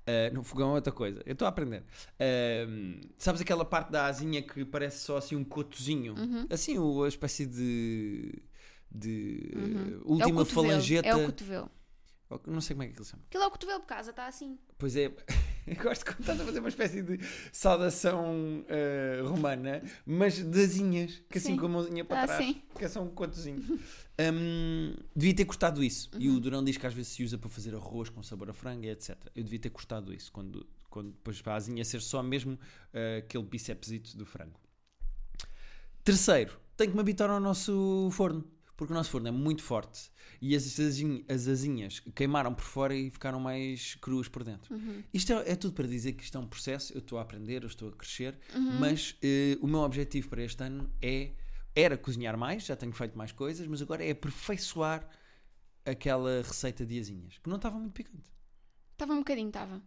[SPEAKER 1] Eh, no fogão é outra coisa, eu estou a aprender. Eh, sabes aquela parte da asinha que parece só assim um cotozinho?
[SPEAKER 2] Uhum.
[SPEAKER 1] Assim, o- a espécie de. de eh,
[SPEAKER 2] é o
[SPEAKER 1] última
[SPEAKER 2] cotovelo,
[SPEAKER 1] falangeta.
[SPEAKER 2] É o cotovelo.
[SPEAKER 1] Não sei como é que ele se chama.
[SPEAKER 2] Aquilo é o cotovelo por casa, está assim.
[SPEAKER 1] Pois é, eu gosto quando estás a fazer uma espécie de saudação eh, romana, mas das inhas, que assim
[SPEAKER 2] Sim.
[SPEAKER 1] com a mãozinha para
[SPEAKER 2] Ah,
[SPEAKER 1] trás,
[SPEAKER 2] sim.
[SPEAKER 1] que é só um cotozinho. Hum, devia ter cortado isso. E
[SPEAKER 2] Uhum.
[SPEAKER 1] o Durão diz que às vezes se usa para fazer arroz com sabor a frango e etc. Eu devia ter cortado isso, quando, quando depois para a asinha ser só mesmo eh, aquele bicepsito do frango. Terceiro, tenho que me habituar ao nosso forno. Porque o nosso forno é muito forte e as, asin- as asinhas queimaram por fora e ficaram mais cruas por dentro. Isto é, é tudo para dizer que isto é um processo, eu estou a aprender, eu estou a crescer, mas eh, o meu objetivo para este ano é era cozinhar mais, já tenho feito mais coisas, mas agora é aperfeiçoar aquela receita de asinhas, que não estava muito picante.
[SPEAKER 2] Estava um bocadinho, estava.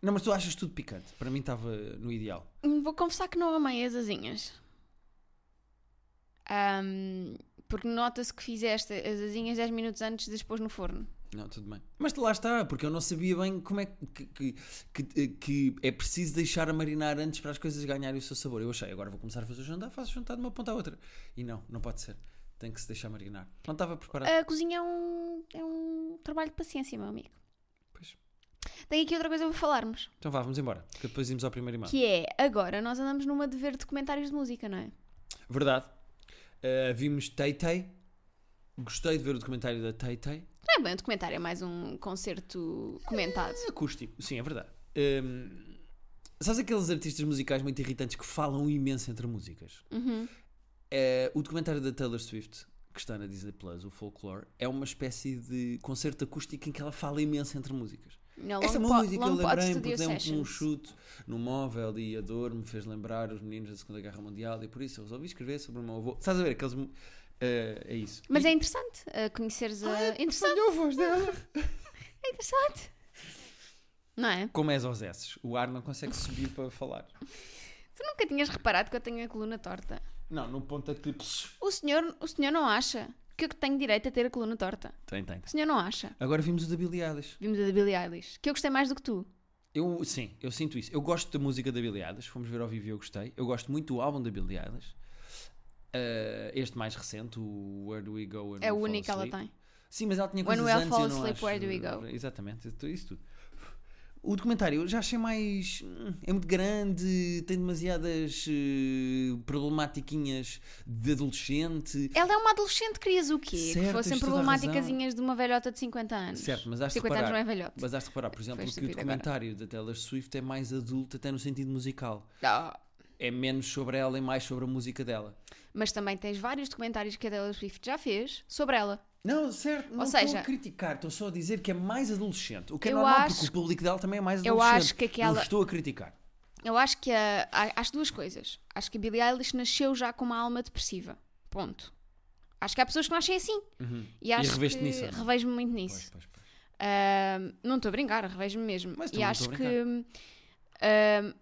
[SPEAKER 1] Não, mas tu achas tudo picante. Para mim estava no ideal.
[SPEAKER 2] Hum, Vou confessar que não amei as asinhas. Ahm, porque nota-se que fizeste as asinhas 10 minutos antes de as pôr no forno.
[SPEAKER 1] Não, tudo bem. Mas lá está, porque eu não sabia bem como é que, que, que, que é preciso deixar a marinar antes para as coisas ganharem o seu sabor. Eu achei, agora vou começar a fazer o jantar, faço o jantar de uma ponta à outra. E não, não pode ser. Tem que se deixar marinar. Não estava preparado.
[SPEAKER 2] A cozinha é um, é um trabalho de paciência, meu amigo.
[SPEAKER 1] Pois.
[SPEAKER 2] Tenho aqui outra coisa para falarmos.
[SPEAKER 1] Então vá, vamos embora, que depois íamos ao primeiro e-mail.
[SPEAKER 2] Que é, agora nós andamos numa de ver documentários de música, não é?
[SPEAKER 1] Verdade. Uh, vimos Tay Tay. Gostei de ver o documentário da Tay Tay.
[SPEAKER 2] Não é bem um documentário, é mais um concerto comentado.
[SPEAKER 1] É acústico, sim, é verdade. Hum, sabes aqueles artistas musicais muito irritantes que falam imenso entre músicas?
[SPEAKER 2] Uhum.
[SPEAKER 1] É, o documentário da Taylor Swift, que está na Disney Plus, o Folklore, é uma espécie de concerto acústico em que ela fala imenso entre músicas.
[SPEAKER 2] Não,
[SPEAKER 1] Esta
[SPEAKER 2] Long
[SPEAKER 1] uma
[SPEAKER 2] Pod-
[SPEAKER 1] música eu
[SPEAKER 2] Long Pod
[SPEAKER 1] lembrei porque
[SPEAKER 2] Studio
[SPEAKER 1] dei um, um
[SPEAKER 2] Sessions.
[SPEAKER 1] chute no móvel e a dor me fez lembrar os meninos da Segunda Guerra Mundial e por isso eu resolvi escrever sobre o meu avô. Estás a ver aqueles. mu- eh, é isso.
[SPEAKER 2] Mas é interessante uh, conheceres
[SPEAKER 1] Ah,
[SPEAKER 2] a.
[SPEAKER 1] é
[SPEAKER 2] interessante,
[SPEAKER 1] Tenho a voz dela.
[SPEAKER 2] é interessante. Não é?
[SPEAKER 1] Como és aos S, o ar não consegue subir para falar.
[SPEAKER 2] Tu nunca tinhas reparado que eu tenho a coluna torta.
[SPEAKER 1] Não, no ponto é que tipo.
[SPEAKER 2] O senhor, o senhor não acha que eu tenho direito a ter a coluna torta?
[SPEAKER 1] Tem, tem.
[SPEAKER 2] O senhor não acha?
[SPEAKER 1] Agora vimos o da Billie Eilish.
[SPEAKER 2] Vimos a da Billie Eilish, que eu gostei mais do que tu.
[SPEAKER 1] Eu, sim, eu sinto isso. Eu gosto da música da Billie Eilish. Fomos ver ao vivo e eu gostei. Eu gosto muito do álbum da Billie Eilish. Ah, este mais recente, o Where Do We Go When
[SPEAKER 2] É o
[SPEAKER 1] We Fall
[SPEAKER 2] único que ela
[SPEAKER 1] Asleep.
[SPEAKER 2] tem.
[SPEAKER 1] Sim, mas ela tinha
[SPEAKER 2] When
[SPEAKER 1] coisas
[SPEAKER 2] we all
[SPEAKER 1] antes,
[SPEAKER 2] fall
[SPEAKER 1] eu não
[SPEAKER 2] asleep,
[SPEAKER 1] acho-
[SPEAKER 2] where do we go?
[SPEAKER 1] Exatamente, isso isso tudo. O documentário eu já achei mais... hum, É muito grande, tem demasiadas eh, problematiquinhas de adolescente.
[SPEAKER 2] Ela é uma adolescente, querias o quê?
[SPEAKER 1] Certo,
[SPEAKER 2] que fossem
[SPEAKER 1] tens toda a
[SPEAKER 2] problemáticazinhas de uma velhota de 50 anos.
[SPEAKER 1] Certo, mas acho que
[SPEAKER 2] 50 anos não
[SPEAKER 1] reparar-
[SPEAKER 2] é velhota.
[SPEAKER 1] Mas has de reparar, por exemplo,
[SPEAKER 2] Foi
[SPEAKER 1] que o
[SPEAKER 2] estúpido agora.
[SPEAKER 1] documentário da Taylor Swift é mais adulto até no sentido musical.
[SPEAKER 2] Ah,
[SPEAKER 1] é menos sobre ela e mais sobre a música dela.
[SPEAKER 2] Mas também tens vários documentários que a Taylor Swift já fez sobre ela.
[SPEAKER 1] Não, certo, não estou
[SPEAKER 2] seja-
[SPEAKER 1] a criticar, estou só a dizer que é mais adolescente. O que é
[SPEAKER 2] Eu
[SPEAKER 1] normal,
[SPEAKER 2] acho-
[SPEAKER 1] porque o público dela também é mais
[SPEAKER 2] Eu
[SPEAKER 1] adolescente.
[SPEAKER 2] acho que aquela-
[SPEAKER 1] Não estou a criticar.
[SPEAKER 2] Eu acho que a, a- acho duas coisas. Acho que a Billie Eilish nasceu já com uma alma depressiva. Ponto. Acho que há pessoas que nascem assim. E acho
[SPEAKER 1] Uhum. reveste
[SPEAKER 2] que
[SPEAKER 1] nisso, ou não? é?
[SPEAKER 2] revejo-me muito nisso.
[SPEAKER 1] Pois, pois, pois.
[SPEAKER 2] Ahm, não estou a brincar, revejo-me mesmo.
[SPEAKER 1] Mas
[SPEAKER 2] e
[SPEAKER 1] também não
[SPEAKER 2] acho
[SPEAKER 1] estou a
[SPEAKER 2] que. ahm,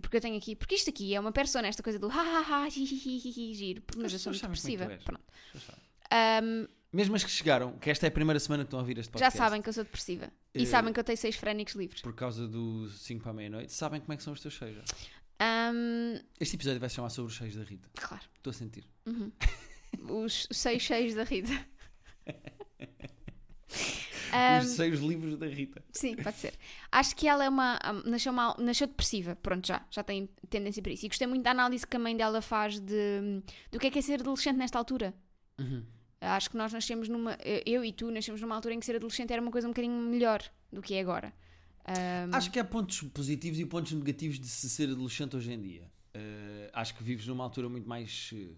[SPEAKER 2] porque eu tenho aqui. Porque isto aqui é uma persona, esta coisa do ha ha ha, hi, hi, hi, hi, hi, giro. porque- Mas eu
[SPEAKER 1] As
[SPEAKER 2] sou
[SPEAKER 1] pessoas
[SPEAKER 2] muito
[SPEAKER 1] sabem como é que
[SPEAKER 2] depressiva.
[SPEAKER 1] tu és.
[SPEAKER 2] Pronto.
[SPEAKER 1] As pessoas sabem.
[SPEAKER 2] Ahm,
[SPEAKER 1] Mesmo as que chegaram, que esta é a primeira semana que estão a ouvir este
[SPEAKER 2] já
[SPEAKER 1] podcast.
[SPEAKER 2] sabem que eu sou depressiva. E
[SPEAKER 1] Eh,
[SPEAKER 2] sabem que eu tenho seis frénicos livres.
[SPEAKER 1] Por causa do 5 para a meia-noite, sabem como é que são os teus cheios. já.
[SPEAKER 2] Ahm,
[SPEAKER 1] Este episódio vai se chamar sobre os cheios da Rita.
[SPEAKER 2] claro.
[SPEAKER 1] Estou a sentir.
[SPEAKER 2] Os os seis cheios da Rita.
[SPEAKER 1] Os
[SPEAKER 2] Ahm,
[SPEAKER 1] seios livres da Rita.
[SPEAKER 2] Sim, pode ser. Acho que ela é uma. hum, Nasceu, mal, nasceu depressiva, pronto, já. Já tem tendência para isso. E gostei muito da análise que a mãe dela faz de, do que é que é ser adolescente nesta altura.
[SPEAKER 1] Uhum.
[SPEAKER 2] Acho que nós nascemos numa. Eu e tu nascemos numa altura em que ser adolescente era uma coisa um bocadinho melhor do que é agora. Hum,
[SPEAKER 1] Acho que há pontos positivos e pontos negativos de se ser adolescente hoje em dia. Eh, acho que vives numa altura muito mais. eh,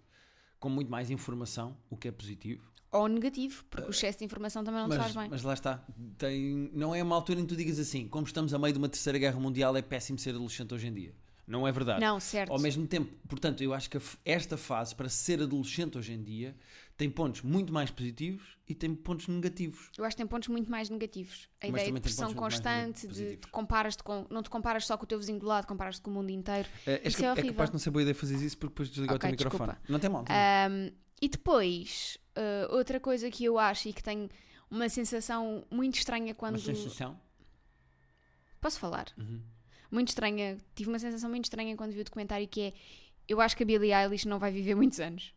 [SPEAKER 1] com muito mais informação, o que é positivo.
[SPEAKER 2] Ou negativo, porque o excesso de informação também não te faz
[SPEAKER 1] Ah, Mas,
[SPEAKER 2] bem.
[SPEAKER 1] mas lá está. Tem, não é uma altura em que tu digas assim, como estamos a meio de uma terceira guerra mundial, é péssimo ser adolescente hoje em dia. Não é verdade.
[SPEAKER 2] Não, certo.
[SPEAKER 1] Ao mesmo tempo, portanto, eu acho que a f- esta fase, para ser adolescente hoje em dia, tem pontos muito mais positivos e tem pontos negativos.
[SPEAKER 2] Eu acho que tem pontos muito mais negativos. A
[SPEAKER 1] Mas
[SPEAKER 2] ideia de
[SPEAKER 1] também tem
[SPEAKER 2] pressão
[SPEAKER 1] pontos muito mais
[SPEAKER 2] constante, de
[SPEAKER 1] positivos.
[SPEAKER 2] te comparas-te com. Não te comparas só com o teu vizinho do lado, comparas-te com o mundo inteiro.
[SPEAKER 1] Eh, és
[SPEAKER 2] Isso
[SPEAKER 1] cap-
[SPEAKER 2] é
[SPEAKER 1] é,
[SPEAKER 2] horrível.
[SPEAKER 1] capaz de não ser boa ideia fazer isso porque depois desligar
[SPEAKER 2] Ok,
[SPEAKER 1] o teu microfone.
[SPEAKER 2] desculpa.
[SPEAKER 1] Não tem mal. não tem mal.
[SPEAKER 2] Um, e depois, uh, outra coisa que eu acho e que tenho uma sensação muito estranha quando.
[SPEAKER 1] Uma sensação.
[SPEAKER 2] Posso falar?
[SPEAKER 1] Uhum.
[SPEAKER 2] Muito estranha. Tive uma sensação muito estranha quando vi o documentário que é: eu acho que a Billie Eilish não vai viver muitos anos.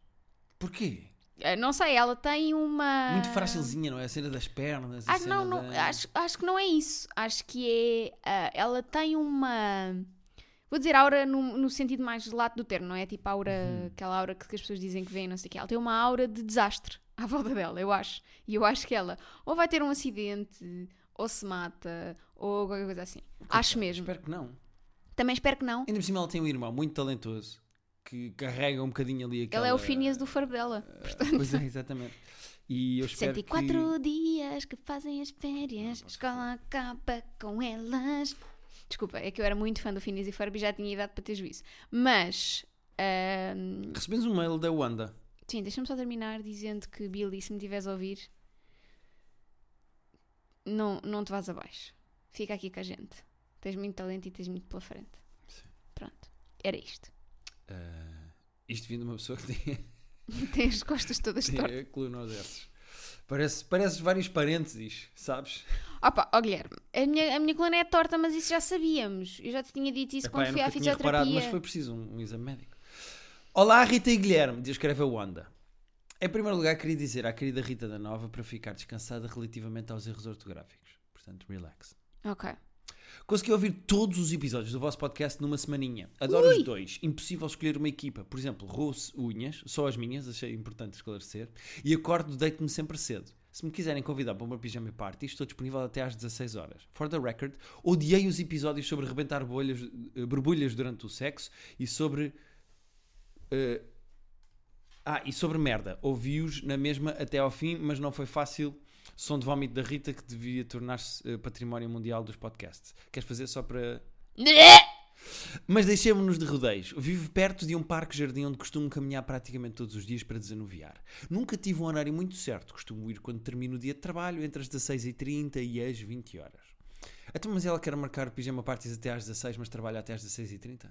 [SPEAKER 1] Porquê?
[SPEAKER 2] Eh, Não sei, ela tem uma.
[SPEAKER 1] Muito frágilzinha, não é? A cena das pernas. a
[SPEAKER 2] Ah,
[SPEAKER 1] cena
[SPEAKER 2] não, não,
[SPEAKER 1] da-
[SPEAKER 2] Ah. acho, acho que não é isso. Acho que é. ah, ela tem uma. Vou dizer aura no, no sentido mais lato do termo, não é? Tipo aura,
[SPEAKER 1] Uhum.
[SPEAKER 2] aquela aura que, que as pessoas dizem que vem, não sei o quê. Ela tem uma aura de desastre à volta dela, eu acho. E eu acho que ela ou vai ter um acidente, ou se mata, ou qualquer coisa assim. Acho mesmo.
[SPEAKER 1] Espero que não.
[SPEAKER 2] Também espero que não.
[SPEAKER 1] Ainda por cima, ela tem um irmão muito talentoso que carrega um bocadinho ali aquela.
[SPEAKER 2] Ela é o Phineas do fardo dela.
[SPEAKER 1] Pois é, exatamente. E eu espero
[SPEAKER 2] 104 dias que fazem as férias, escola acaba com elas. Desculpa, é que eu era muito fã do Phineas e Ferb e já tinha idade para ter juízo. Mas, ahm,
[SPEAKER 1] que. Recebemos um mail da Wanda.
[SPEAKER 2] sim, deixa-me só terminar dizendo que, Billy, se me tiveres a ouvir, não, não te vás abaixo. Fica aqui com a gente. Tens muito talento e tens muito pela frente.
[SPEAKER 1] Sim.
[SPEAKER 2] Pronto, era isto.
[SPEAKER 1] Ah, isto vindo de uma pessoa que tinha,
[SPEAKER 2] Tens as costas todas tortas.
[SPEAKER 1] tinha coluna desses. Parece, parece vários parênteses, sabes?
[SPEAKER 2] Opa, ó Guilherme, a minha, a minha coluna é torta, mas isso já sabíamos. Eu já te tinha dito isso
[SPEAKER 1] Epá,
[SPEAKER 2] quando
[SPEAKER 1] eu
[SPEAKER 2] fui à
[SPEAKER 1] nunca tinha
[SPEAKER 2] fisioterapia.
[SPEAKER 1] reparado, mas foi preciso um, um exame médico. Olá, Rita e Guilherme, descreve a Wanda. Em primeiro lugar, queria dizer à querida Rita da Nova para ficar descansada relativamente aos erros ortográficos. Portanto, relax.
[SPEAKER 2] Ok.
[SPEAKER 1] Consegui ouvir todos os episódios do vosso podcast numa semaninha. Adoro
[SPEAKER 2] Ui!
[SPEAKER 1] os dois. Impossível escolher uma equipa. Por exemplo, roço unhas, só as minhas, achei importante esclarecer. E acordo, deito-me sempre cedo. Se me quiserem convidar para uma pijama party, estou disponível até às 16 horas. For the record, odiei os episódios sobre rebentar bolhas, eh, borbulhas durante o sexo e sobre... eh, ah, e sobre merda. Ouvi-os na mesma até ao fim, mas não foi fácil. Som de vómito da Rita que devia tornar-se eh, património mundial dos podcasts. Queres fazer só para. Mas deixemos-nos de rodeios. Vivo perto de um parque-jardim onde costumo caminhar praticamente todos os dias para desanuviar. Nunca tive um horário muito certo. Costumo ir quando termino o dia de trabalho, entre as 16h30 e as 20 horas. Então, mas ela quer marcar pijama parties até às 16 mas trabalha até às 16h30?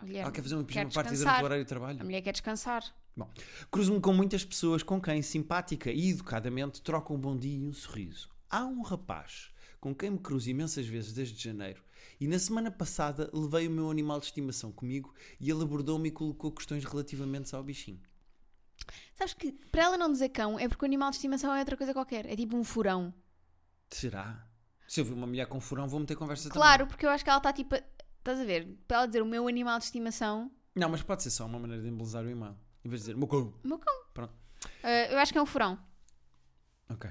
[SPEAKER 2] Olha,
[SPEAKER 1] Ela quer fazer uma pijama party durante
[SPEAKER 2] descansar.
[SPEAKER 1] o horário de trabalho?
[SPEAKER 2] A mulher quer descansar.
[SPEAKER 1] Bom, cruzo-me com muitas pessoas com quem, simpática e educadamente, troco um bom dia e um sorriso. Há um rapaz com quem me cruzo imensas vezes desde janeiro e na semana passada levei o meu animal de estimação comigo e ele abordou-me e colocou questões relativamente ao bichinho.
[SPEAKER 2] Sabes que para ela não dizer cão é porque o animal de estimação é outra coisa qualquer. É tipo um furão.
[SPEAKER 1] Será? Se eu ver uma mulher com furão, vou meter conversa
[SPEAKER 2] Claro, porque eu acho que ela está tipo. a- Estás a ver? Para ela dizer o meu animal de estimação.
[SPEAKER 1] também. Não, mas pode ser só uma maneira de embelezar o e-mail. Em vez de dizer, meu cão,
[SPEAKER 2] o meu cão.
[SPEAKER 1] Pronto.
[SPEAKER 2] Ah, eu acho que é um furão.
[SPEAKER 1] Ok.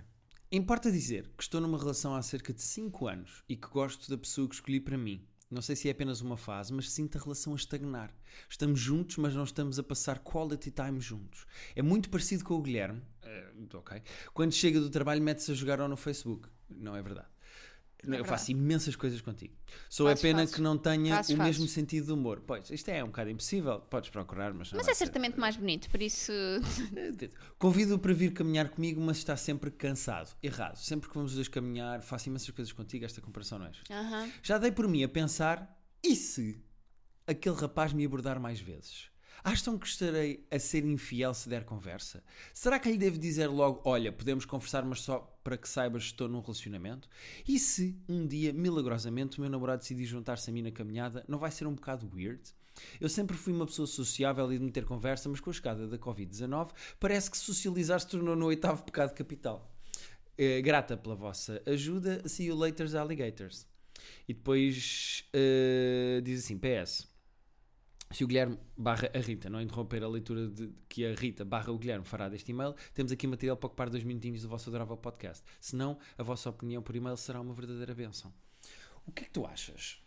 [SPEAKER 1] Importa dizer que estou numa relação há cerca de 5 anos e que gosto da pessoa que escolhi para mim. Não sei se é apenas uma fase, mas sinto a relação a estagnar. Estamos juntos, mas não estamos a passar quality time juntos. É muito parecido com o Guilherme, eh, ok? Quando chega do trabalho, mete-se a jogar ou no Facebook. Não é verdade. Não, eu
[SPEAKER 2] é verdade.
[SPEAKER 1] faço imensas coisas contigo. Só
[SPEAKER 2] Fazes,
[SPEAKER 1] é pena
[SPEAKER 2] fazes.
[SPEAKER 1] que não tenha
[SPEAKER 2] Fazes,
[SPEAKER 1] o
[SPEAKER 2] fazes.
[SPEAKER 1] mesmo sentido de humor. Pois, isto é um bocado impossível. Podes procurar, mas não
[SPEAKER 2] Mas
[SPEAKER 1] vai
[SPEAKER 2] é
[SPEAKER 1] ser.
[SPEAKER 2] certamente mais bonito, por isso.
[SPEAKER 1] Convido-o para vir caminhar comigo, mas está sempre cansado. Errado. Sempre que vamos os dois caminhar, faço imensas coisas contigo. Esta comparação não é. justa.
[SPEAKER 2] Aham.
[SPEAKER 1] Já dei por mim a pensar: e se aquele rapaz me abordar mais vezes? Acham que estarei a ser infiel se der conversa? Será que lhe devo dizer logo: olha, podemos conversar, mas só para que saibas que estou num relacionamento? E se um dia, milagrosamente, o meu namorado decidir juntar-se a mim na caminhada, não vai ser um bocado weird? Eu sempre fui uma pessoa sociável e de meter conversa, mas com a chegada da Covid-19 parece que socializar se tornou no oitavo pecado capital. Eh, grata pela vossa ajuda. See you later, alligators. E depois eh, diz assim: PS. Se o Guilherme barra a Rita não interromper a leitura de, que a Rita barra o Guilherme fará deste e-mail, temos aqui material para ocupar dois minutinhos do vosso adorável podcast. Se não, a vossa opinião por e-mail será uma verdadeira benção. O que é que tu achas?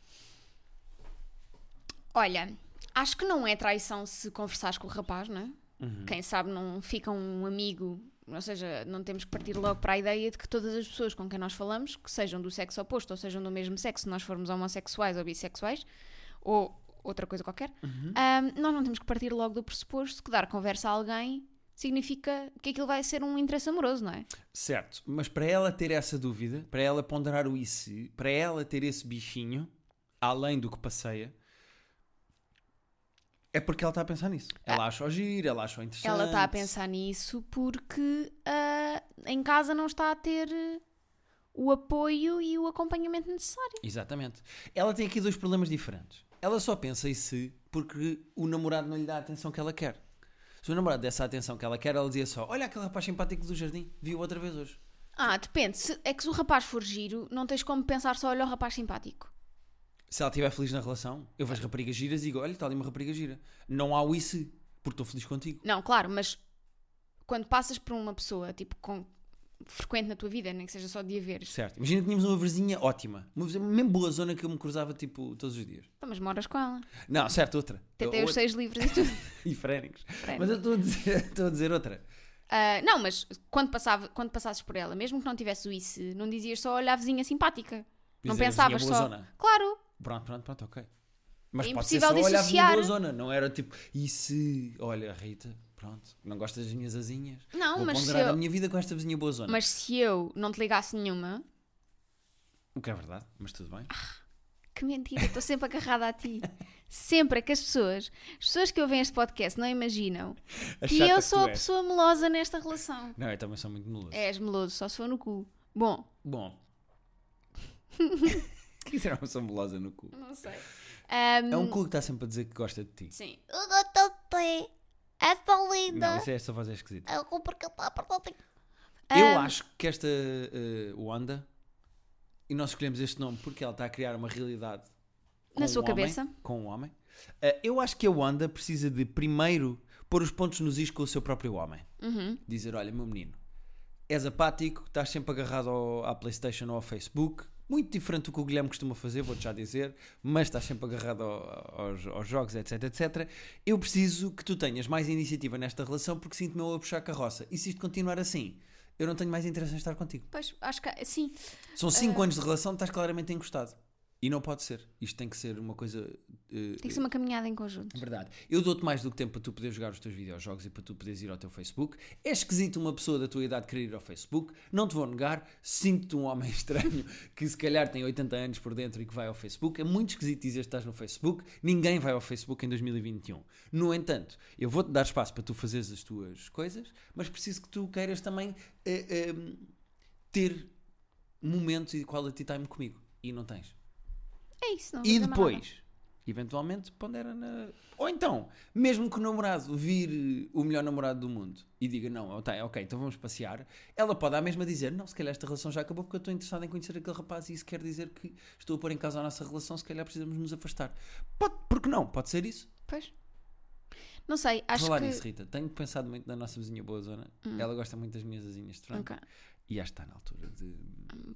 [SPEAKER 2] Olha, acho que não é traição se conversares com o rapaz, não é? Quem sabe não fica um amigo. Ou seja, não temos que partir logo para a ideia de que todas as pessoas com quem nós falamos, que sejam do sexo oposto ou sejam do mesmo sexo, se nós formos homossexuais ou bissexuais, ou outra coisa qualquer, ahm, nós não temos que partir logo do pressuposto que dar conversa a alguém significa que aquilo vai ser um interesse amoroso, não é?
[SPEAKER 1] Certo, mas para ela ter essa dúvida, para ela ponderar o IC, para ela ter esse bichinho, além do que passeia, é porque ela está a pensar nisso. Ela acha o giro, ela acha o interessante.
[SPEAKER 2] Ah. Ela está a pensar nisso porque ah, em casa não está a ter eh, o apoio e o acompanhamento necessário.
[SPEAKER 1] Exatamente. Ela tem aqui dois problemas diferentes. Ela só pensa em si porque o namorado não lhe dá a atenção que ela quer. Se o namorado desse a atenção que ela quer, ela dizia só: Olha aquele rapaz simpático do jardim, viu outra vez hoje.
[SPEAKER 2] Ah, depende. Se- é que se o rapaz for giro, não tens como pensar só, olha o rapaz simpático.
[SPEAKER 1] Se ela estiver feliz na relação, eu vejo raparigas giras e digo: Olha, está ali uma rapariga gira. Não há o isso, porque estou feliz contigo.
[SPEAKER 2] Não, claro, mas quando passas por uma pessoa, tipo, com- frequente na tua vida, nem que seja só de a veres,
[SPEAKER 1] Certo. Imagina que tínhamos uma vizinha ótima, uma vizinha mesmo boa zona que eu me cruzava tipo todos os dias.
[SPEAKER 2] pá, "Então, mas moras com ela.
[SPEAKER 1] Não, certo, outra.
[SPEAKER 2] Tentei os
[SPEAKER 1] Outra-
[SPEAKER 2] seis livros e tudo.
[SPEAKER 1] E frénicos.
[SPEAKER 2] Frénicos.
[SPEAKER 1] Mas eu estou a dizer- estou a dizer outra.
[SPEAKER 2] Ah, não, mas quando, passava, quando passasses por ela, mesmo que não tivesse o isso, não dizias só, olha a vizinha simpática. Não
[SPEAKER 1] Dizer, a
[SPEAKER 2] pensavas
[SPEAKER 1] vizinha
[SPEAKER 2] só.
[SPEAKER 1] boa zona.
[SPEAKER 2] Claro,
[SPEAKER 1] Pronto, pronto, pronto, ok. Mas
[SPEAKER 2] É
[SPEAKER 1] pode ser só
[SPEAKER 2] impossível
[SPEAKER 1] olhar a vizinha
[SPEAKER 2] dissociar.
[SPEAKER 1] boa zona, não era tipo, e se, olha, Rita, pronto, não gostas das minhas asinhas?
[SPEAKER 2] Não,
[SPEAKER 1] Vou
[SPEAKER 2] mas se
[SPEAKER 1] ponderar
[SPEAKER 2] eu-
[SPEAKER 1] a minha vida com esta vizinha boa zona.
[SPEAKER 2] Mas se eu não te ligasse nenhuma,
[SPEAKER 1] O que é verdade, mas tudo bem.
[SPEAKER 2] Ah, que mentira, estou sempre agarrada a ti. Sempre é que as pessoas, as pessoas que ouvem este podcast não imaginam
[SPEAKER 1] A
[SPEAKER 2] que
[SPEAKER 1] chata
[SPEAKER 2] eu
[SPEAKER 1] que
[SPEAKER 2] sou
[SPEAKER 1] tu
[SPEAKER 2] a É.
[SPEAKER 1] és.
[SPEAKER 2] pessoa melosa nesta relação.
[SPEAKER 1] Não, eu também sou muito meloso.
[SPEAKER 2] És meloso, só se for no cu. Bom,
[SPEAKER 1] Bom. Quiser uma sou melosa no cu.
[SPEAKER 2] não sei.
[SPEAKER 1] É um cu que está sempre a dizer que gosta de ti.
[SPEAKER 2] Sim.
[SPEAKER 3] Eu gosto de ti. És tão
[SPEAKER 1] Não,
[SPEAKER 3] linda.
[SPEAKER 1] isso é, essa voz é esquisita.
[SPEAKER 3] Eu compro aquele papo, não tenho
[SPEAKER 1] Eu
[SPEAKER 2] Ah,
[SPEAKER 1] acho que esta eh, Wanda, e nós escolhemos este nome porque ela está a criar uma realidade com
[SPEAKER 2] Na sua
[SPEAKER 1] um homem-
[SPEAKER 2] cabeça.
[SPEAKER 1] com um homem. Eh, eu acho que a Wanda precisa de primeiro pôr os pontos nos is com o seu próprio homem.
[SPEAKER 2] Uhum.
[SPEAKER 1] Dizer: Olha, meu menino, és apático, estás sempre agarrado ao- à PlayStation ou ao Facebook. Muito diferente do que o Guilherme costuma fazer, vou-te já dizer, mas estás sempre agarrado ao- aos, aos jogos, etc, etc. Eu preciso que tu tenhas mais iniciativa nesta relação porque sinto-me eu a puxar a carroça. E se isto continuar assim, eu não tenho mais interesse em estar contigo.
[SPEAKER 2] Pois, acho que sim.
[SPEAKER 1] São 5 anos de relação, estás claramente encostado. E não pode ser. Isto tem que ser uma coisa. eh,
[SPEAKER 2] Tem que ser uma caminhada em conjunto.
[SPEAKER 1] É Verdade. Eu dou-te mais do que tempo para tu poderes jogar os teus videojogos e para tu poderes ir ao teu Facebook. É esquisito uma pessoa da tua idade querer ir ao Facebook. Não te vou negar. Sinto-te um homem estranho que se calhar tem 80 anos por dentro e que vai ao Facebook. É muito esquisito dizer que estás no Facebook. Ninguém vai ao Facebook em 2021. No entanto, eu vou-te dar espaço para tu fazeres as tuas coisas, mas preciso que tu queiras também eh, eh, ter momentos e quality time comigo. E não tens.
[SPEAKER 2] É isso, não vou
[SPEAKER 1] E
[SPEAKER 2] dizer mais nada.
[SPEAKER 1] depois, eventualmente, pondera na. Ou então, mesmo que o namorado vir eh, o melhor namorado do mundo e diga não, ok, ok, então vamos passear, ela pode à mesma dizer não, se calhar esta relação já acabou porque eu estou interessado em conhecer aquele rapaz e isso quer dizer que estou a pôr em causa a nossa relação, se calhar precisamos nos afastar. Pode, porque não? Pode ser isso.
[SPEAKER 2] Pois. Não sei, acho
[SPEAKER 1] Falar
[SPEAKER 2] que. Hum.
[SPEAKER 1] nisso, Rita, tenho pensado muito na nossa vizinha Boa Zona. Ela gosta muito das minhas asinhas de frango.
[SPEAKER 2] Ok.
[SPEAKER 1] E acho que está na altura de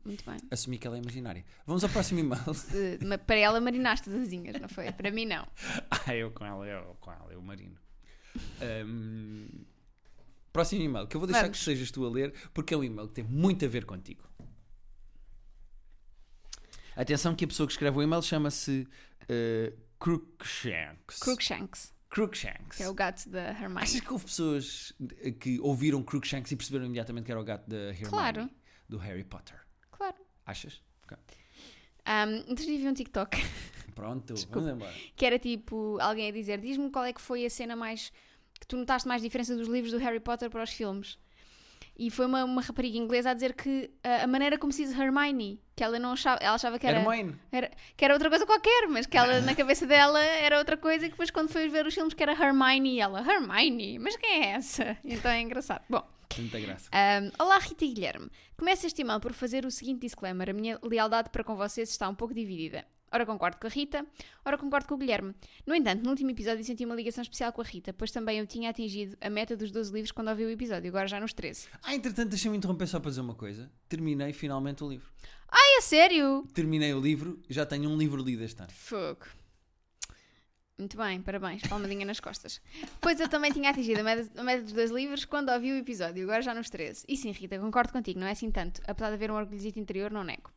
[SPEAKER 2] Muito bem.
[SPEAKER 1] assumir que ela é imaginária. Vamos ao próximo e-mail.
[SPEAKER 2] Se- ma- para ela marinaste as asinhas, não foi? Para mim não.
[SPEAKER 1] ah, eu com ela, eu com ela, eu marino. Ahm, próximo e-mail, que eu vou deixar
[SPEAKER 2] Vamos.
[SPEAKER 1] que sejas tu a ler, porque é um e-mail que tem muito a ver contigo. Atenção que a pessoa que escreve o e-mail chama-se eh, Crookshanks.
[SPEAKER 2] Crookshanks,
[SPEAKER 1] Crookshanks.
[SPEAKER 2] que é o gato da Hermione.
[SPEAKER 1] Achas que houve pessoas eh, que ouviram Crookshanks e perceberam imediatamente que era o gato da Hermione?
[SPEAKER 2] Claro.
[SPEAKER 1] Do Harry Potter.
[SPEAKER 2] Claro.
[SPEAKER 1] Achas? Ok.
[SPEAKER 2] Um, antes de ver um TikTok
[SPEAKER 1] Pronto,
[SPEAKER 2] Desculpa.
[SPEAKER 1] vamos embora.
[SPEAKER 2] que era tipo alguém a dizer: Diz-me qual é que foi a cena mais. que tu notaste mais diferença dos livros do Harry Potter para os filmes. E foi uma, uma rapariga inglesa a dizer que ah, a maneira como se diz Hermione, que ela não achava, ela achava que era,
[SPEAKER 1] Hermione.
[SPEAKER 2] era- que era outra coisa qualquer, mas que ela na cabeça dela era outra coisa e que depois quando foi ver os filmes que era Hermione e ela, Hermione, mas quem é essa? Então é engraçado. Bom,
[SPEAKER 1] Tem Muita graça.
[SPEAKER 2] Ahm, olá Rita e Guilherme. Começo este e-mail por fazer o seguinte disclaimer: a minha lealdade para com vocês está um pouco dividida. Ora concordo com a Rita, ora concordo com o Guilherme. No entanto, no último episódio senti uma ligação especial com a Rita, pois também eu tinha atingido a meta dos 12 livros quando ouvi o episódio, agora já nos 13.
[SPEAKER 1] Ah, entretanto, deixa-me interromper só para dizer uma coisa. Terminei finalmente o livro.
[SPEAKER 2] Ai, a sério?
[SPEAKER 1] Terminei o livro, já tenho um livro lido este ano.
[SPEAKER 2] Fogo. Muito bem, parabéns, palmadinha nas costas. Pois eu também tinha atingido a meta, a meta dos dois livros quando ouvi o episódio, agora já nos 13. E sim, Rita, concordo contigo, não é assim tanto. Apesar de haver um orgulhosito interior, não nego.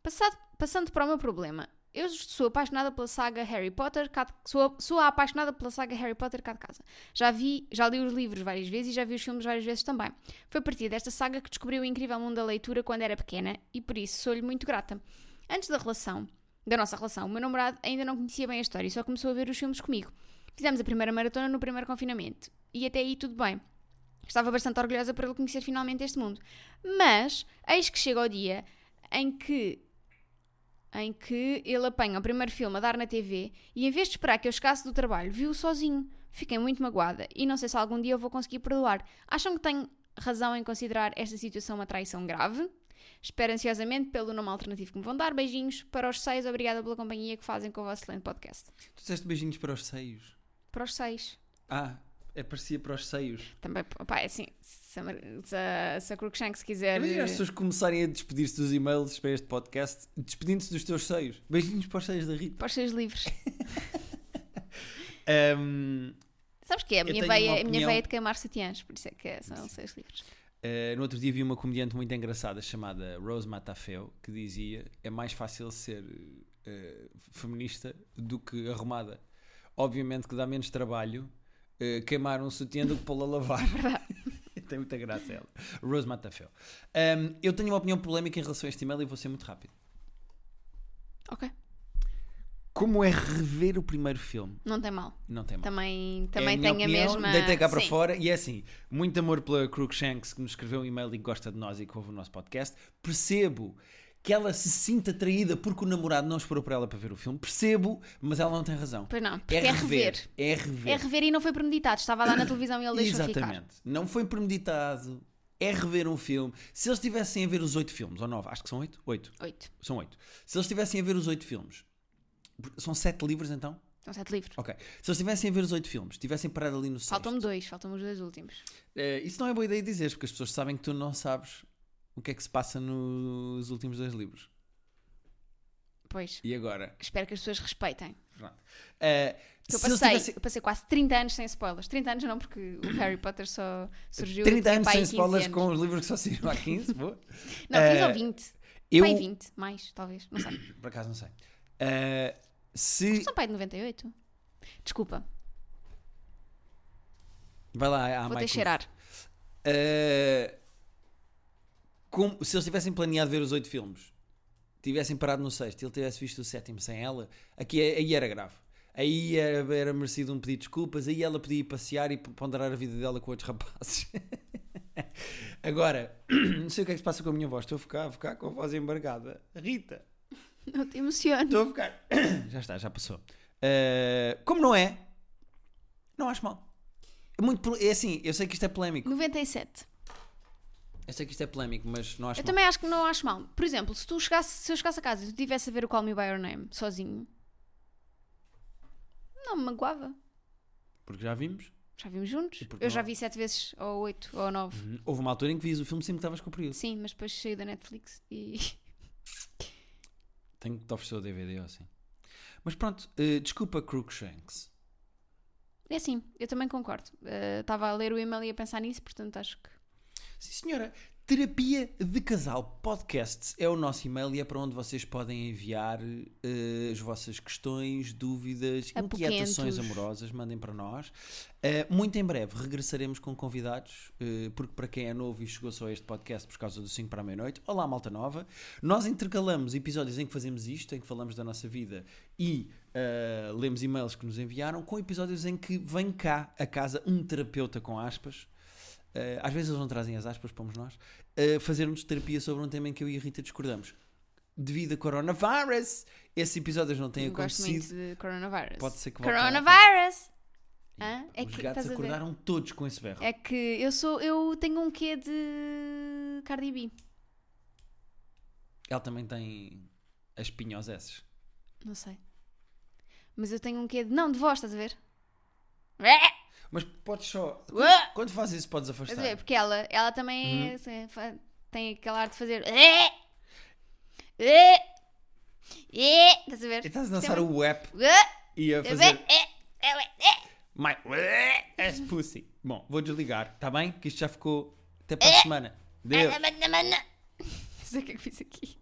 [SPEAKER 2] Passado- passando para o meu problema, eu sou apaixonada pela saga Harry Potter, cá de- sou, sou a apaixonada pela saga Harry Potter cá de casa. Já vi, já li os livros várias vezes e já vi os filmes várias vezes também. Foi a partir desta saga que descobri o incrível mundo da leitura quando era pequena e por isso sou-lhe muito grata. Antes da relação, da nossa relação, o meu namorado ainda não conhecia bem a história e só começou a ver os filmes comigo. Fizemos a primeira maratona no primeiro confinamento e até aí tudo bem. Estava bastante orgulhosa por ele conhecer finalmente este mundo. Mas, eis que chega o dia em que em que ele apanha o primeiro filme a dar na TV e em vez de esperar que eu chegasse do trabalho, viu-o sozinho. Fiquei muito magoada e não sei se algum dia eu vou conseguir perdoar. Acham que tenho razão em considerar esta situação uma traição grave? Espero ansiosamente pelo nome alternativo que me vão dar. Beijinhos para os seis. Obrigada pela companhia que fazem com o vosso excelente podcast.
[SPEAKER 1] Tu disseste beijinhos para os seios.
[SPEAKER 2] Para os seis.
[SPEAKER 1] Ah, é parecia para os seios.
[SPEAKER 2] Também, pá, é assim, se a, Mar- se a, se a Crookshanks quiser... eh,
[SPEAKER 1] Imagina as pessoas começarem a despedir-se dos e-mails para este podcast, despedindo-se dos teus seios. Beijinhos para os seios da Rita.
[SPEAKER 2] Para os seis livros.
[SPEAKER 1] Ahm,
[SPEAKER 2] Sabes que é? A
[SPEAKER 1] Eu
[SPEAKER 2] minha,
[SPEAKER 1] tenho uma
[SPEAKER 2] veia, a minha
[SPEAKER 1] opinião-
[SPEAKER 2] veia é de queimar sutiãs, por isso é que são seis livros.
[SPEAKER 1] Uh, no outro dia vi uma comediante muito engraçada chamada Rose Matafeu que dizia é mais fácil ser uh, feminista do que arrumada. Obviamente que dá menos trabalho uh, queimar um sutiã do que pô-lo a lavar. Tem muita graça ela. Rose Matafeu. Um, eu tenho uma opinião polémica em relação a este e-mail e vou ser muito rápido.
[SPEAKER 2] Ok.
[SPEAKER 1] Como é rever o primeiro filme?
[SPEAKER 2] Não tem mal.
[SPEAKER 1] Não tem mal.
[SPEAKER 2] Também,
[SPEAKER 1] é a
[SPEAKER 2] também
[SPEAKER 1] minha
[SPEAKER 2] tem a
[SPEAKER 1] opinião,
[SPEAKER 2] mesma.
[SPEAKER 1] Deitei cá para
[SPEAKER 2] Sim.
[SPEAKER 1] fora e é assim: muito amor pela Crookshanks que nos escreveu um e-mail e que gosta de nós e que ouve o nosso podcast. Percebo que ela se sinta traída porque o namorado não esperou para ela para ver o filme. Percebo, mas ela não tem razão.
[SPEAKER 2] Pois não, porque é rever.
[SPEAKER 1] É rever.
[SPEAKER 2] É rever e não foi premeditado. Estava lá na televisão e ele deixou ficar.
[SPEAKER 1] Exatamente. Não foi premeditado. É rever um filme. Se eles estivessem a ver os oito filmes, ou nove, acho que são oito? Oito.
[SPEAKER 2] Oito.
[SPEAKER 1] São oito. Se eles estivessem a ver os oito filmes, são sete livros então?
[SPEAKER 2] São sete livros.
[SPEAKER 1] Ok. Se eles estivessem a ver os oito filmes, tivessem parado ali no sexto.
[SPEAKER 2] Faltam-me dois, faltam os dois últimos.
[SPEAKER 1] É, isso não é boa ideia dizer, porque as pessoas sabem que tu não sabes o que é que se passa nos últimos dois livros.
[SPEAKER 2] Pois.
[SPEAKER 1] E agora?
[SPEAKER 2] Espero que as pessoas respeitem.
[SPEAKER 1] Pronto. É,
[SPEAKER 2] Que Eu
[SPEAKER 1] se eles
[SPEAKER 2] passei,
[SPEAKER 1] tivessem-
[SPEAKER 2] eu passei quase 30 anos sem spoilers. 30 anos não, porque o Harry Potter só surgiu.
[SPEAKER 1] 30
[SPEAKER 2] eu tinha
[SPEAKER 1] anos
[SPEAKER 2] pai
[SPEAKER 1] sem
[SPEAKER 2] 15
[SPEAKER 1] spoilers
[SPEAKER 2] anos.
[SPEAKER 1] com os livros que só saíram há 15, boa.
[SPEAKER 2] Não, 15 ou
[SPEAKER 1] Eh,
[SPEAKER 2] 20.
[SPEAKER 1] Eu,
[SPEAKER 2] Pai 20, mais, talvez. Não sei.
[SPEAKER 1] por acaso, não sei. É, se.
[SPEAKER 2] São pai de 98. Desculpa,
[SPEAKER 1] Vai lá, há um.
[SPEAKER 2] vou
[SPEAKER 1] Ah, Michael.
[SPEAKER 2] ter cheirar.
[SPEAKER 1] É, como- se eles tivessem planeado ver os oito filmes, tivessem parado no sexto e ele tivesse visto o sétimo sem ela, aqui, é, aí era grave. Aí era, era merecido um pedido de desculpas, aí ela podia ir passear e ponderar a vida dela com outros rapazes. Agora, não sei o que é que se passa com a minha voz. Estou a ficar, a ficar com a voz embargada. Rita,
[SPEAKER 2] Não te emociono.
[SPEAKER 1] estou a ficar. Já está, já passou. É, como não é, não acho mal. É, muito, pol- é assim, eu sei que isto é polémico.
[SPEAKER 2] 97.
[SPEAKER 1] Eu sei que isto é polémico, mas não acho
[SPEAKER 2] Eu
[SPEAKER 1] mal.
[SPEAKER 2] também acho que não acho mal. Por exemplo, se, tu chegasse, se eu chegasse a casa e tu estivesse a ver o Call Me By Your Name sozinho, não me magoava.
[SPEAKER 1] Porque já vimos.
[SPEAKER 2] Já vimos juntos.
[SPEAKER 1] E por que
[SPEAKER 2] Eu já
[SPEAKER 1] não?
[SPEAKER 2] vi sete vezes, ou oito, ou nove.
[SPEAKER 1] Uhum. Houve uma altura em que vias o filme sempre que estavas com o período.
[SPEAKER 2] Sim, mas depois saí da Netflix e.
[SPEAKER 1] Tenho que te oferecer o DVD ou assim. Mas pronto, eh, desculpa, Crookshanks.
[SPEAKER 2] É assim, eu também concordo. Eh, Estava a ler o e-mail e a pensar nisso, portanto acho que.
[SPEAKER 1] Sim, senhora. Terapia de Casal Podcasts é o nosso e-mail e é para onde vocês podem enviar eh, as vossas questões, dúvidas,
[SPEAKER 2] Apoquentos.
[SPEAKER 1] inquietações amorosas. Mandem para nós. Eh, muito em breve regressaremos com convidados, eh, porque para quem é novo e chegou só a este podcast por causa do 5 para a meia-noite, olá, malta nova. Nós intercalamos episódios em que fazemos isto, em que falamos da nossa vida e eh, lemos e-mails que nos enviaram, com episódios em que vem cá a casa um terapeuta com aspas. Eh, às vezes eles não trazem as aspas, pomos nós, eh, fazer-nos terapia sobre um tema em que eu e a Rita discordamos. Devido a coronavírus, esses episódios não têm
[SPEAKER 2] eu gosto muito
[SPEAKER 1] acontecido.
[SPEAKER 2] de coronavírus.
[SPEAKER 1] Pode ser que volte a-
[SPEAKER 2] Coronavirus!
[SPEAKER 1] E
[SPEAKER 2] Hã? É
[SPEAKER 1] Os gatos
[SPEAKER 2] que- estás a ver?
[SPEAKER 1] acordaram todos com esse berro.
[SPEAKER 2] É que eu sou. Eu tenho um quê de. Cardi B.
[SPEAKER 1] Ela também tem as pinhos S.
[SPEAKER 2] Não sei. Mas eu tenho um quê de. Não, de voz, estás a ver?
[SPEAKER 1] Mas podes só.
[SPEAKER 2] É, Ué!
[SPEAKER 1] Quando fazes isso, podes
[SPEAKER 2] Estás a ver?
[SPEAKER 1] afastar.
[SPEAKER 2] é, Porque ela, ela também é, assim, fa- tem aquele ar de fazer. "Eh! Eh! Eh!" Estás a ver?
[SPEAKER 1] E estás a dançar o WAP
[SPEAKER 2] Eh!
[SPEAKER 1] e a
[SPEAKER 2] Estás a
[SPEAKER 1] É fazer.
[SPEAKER 2] ver? Eh! Eh! Eh!
[SPEAKER 1] My ass pussy. Bom, vou desligar, tá
[SPEAKER 2] É.
[SPEAKER 1] está bem? Que isto já ficou até para a semana. Deus.
[SPEAKER 3] Mana, mana.
[SPEAKER 2] Não sei o que é que fiz aqui.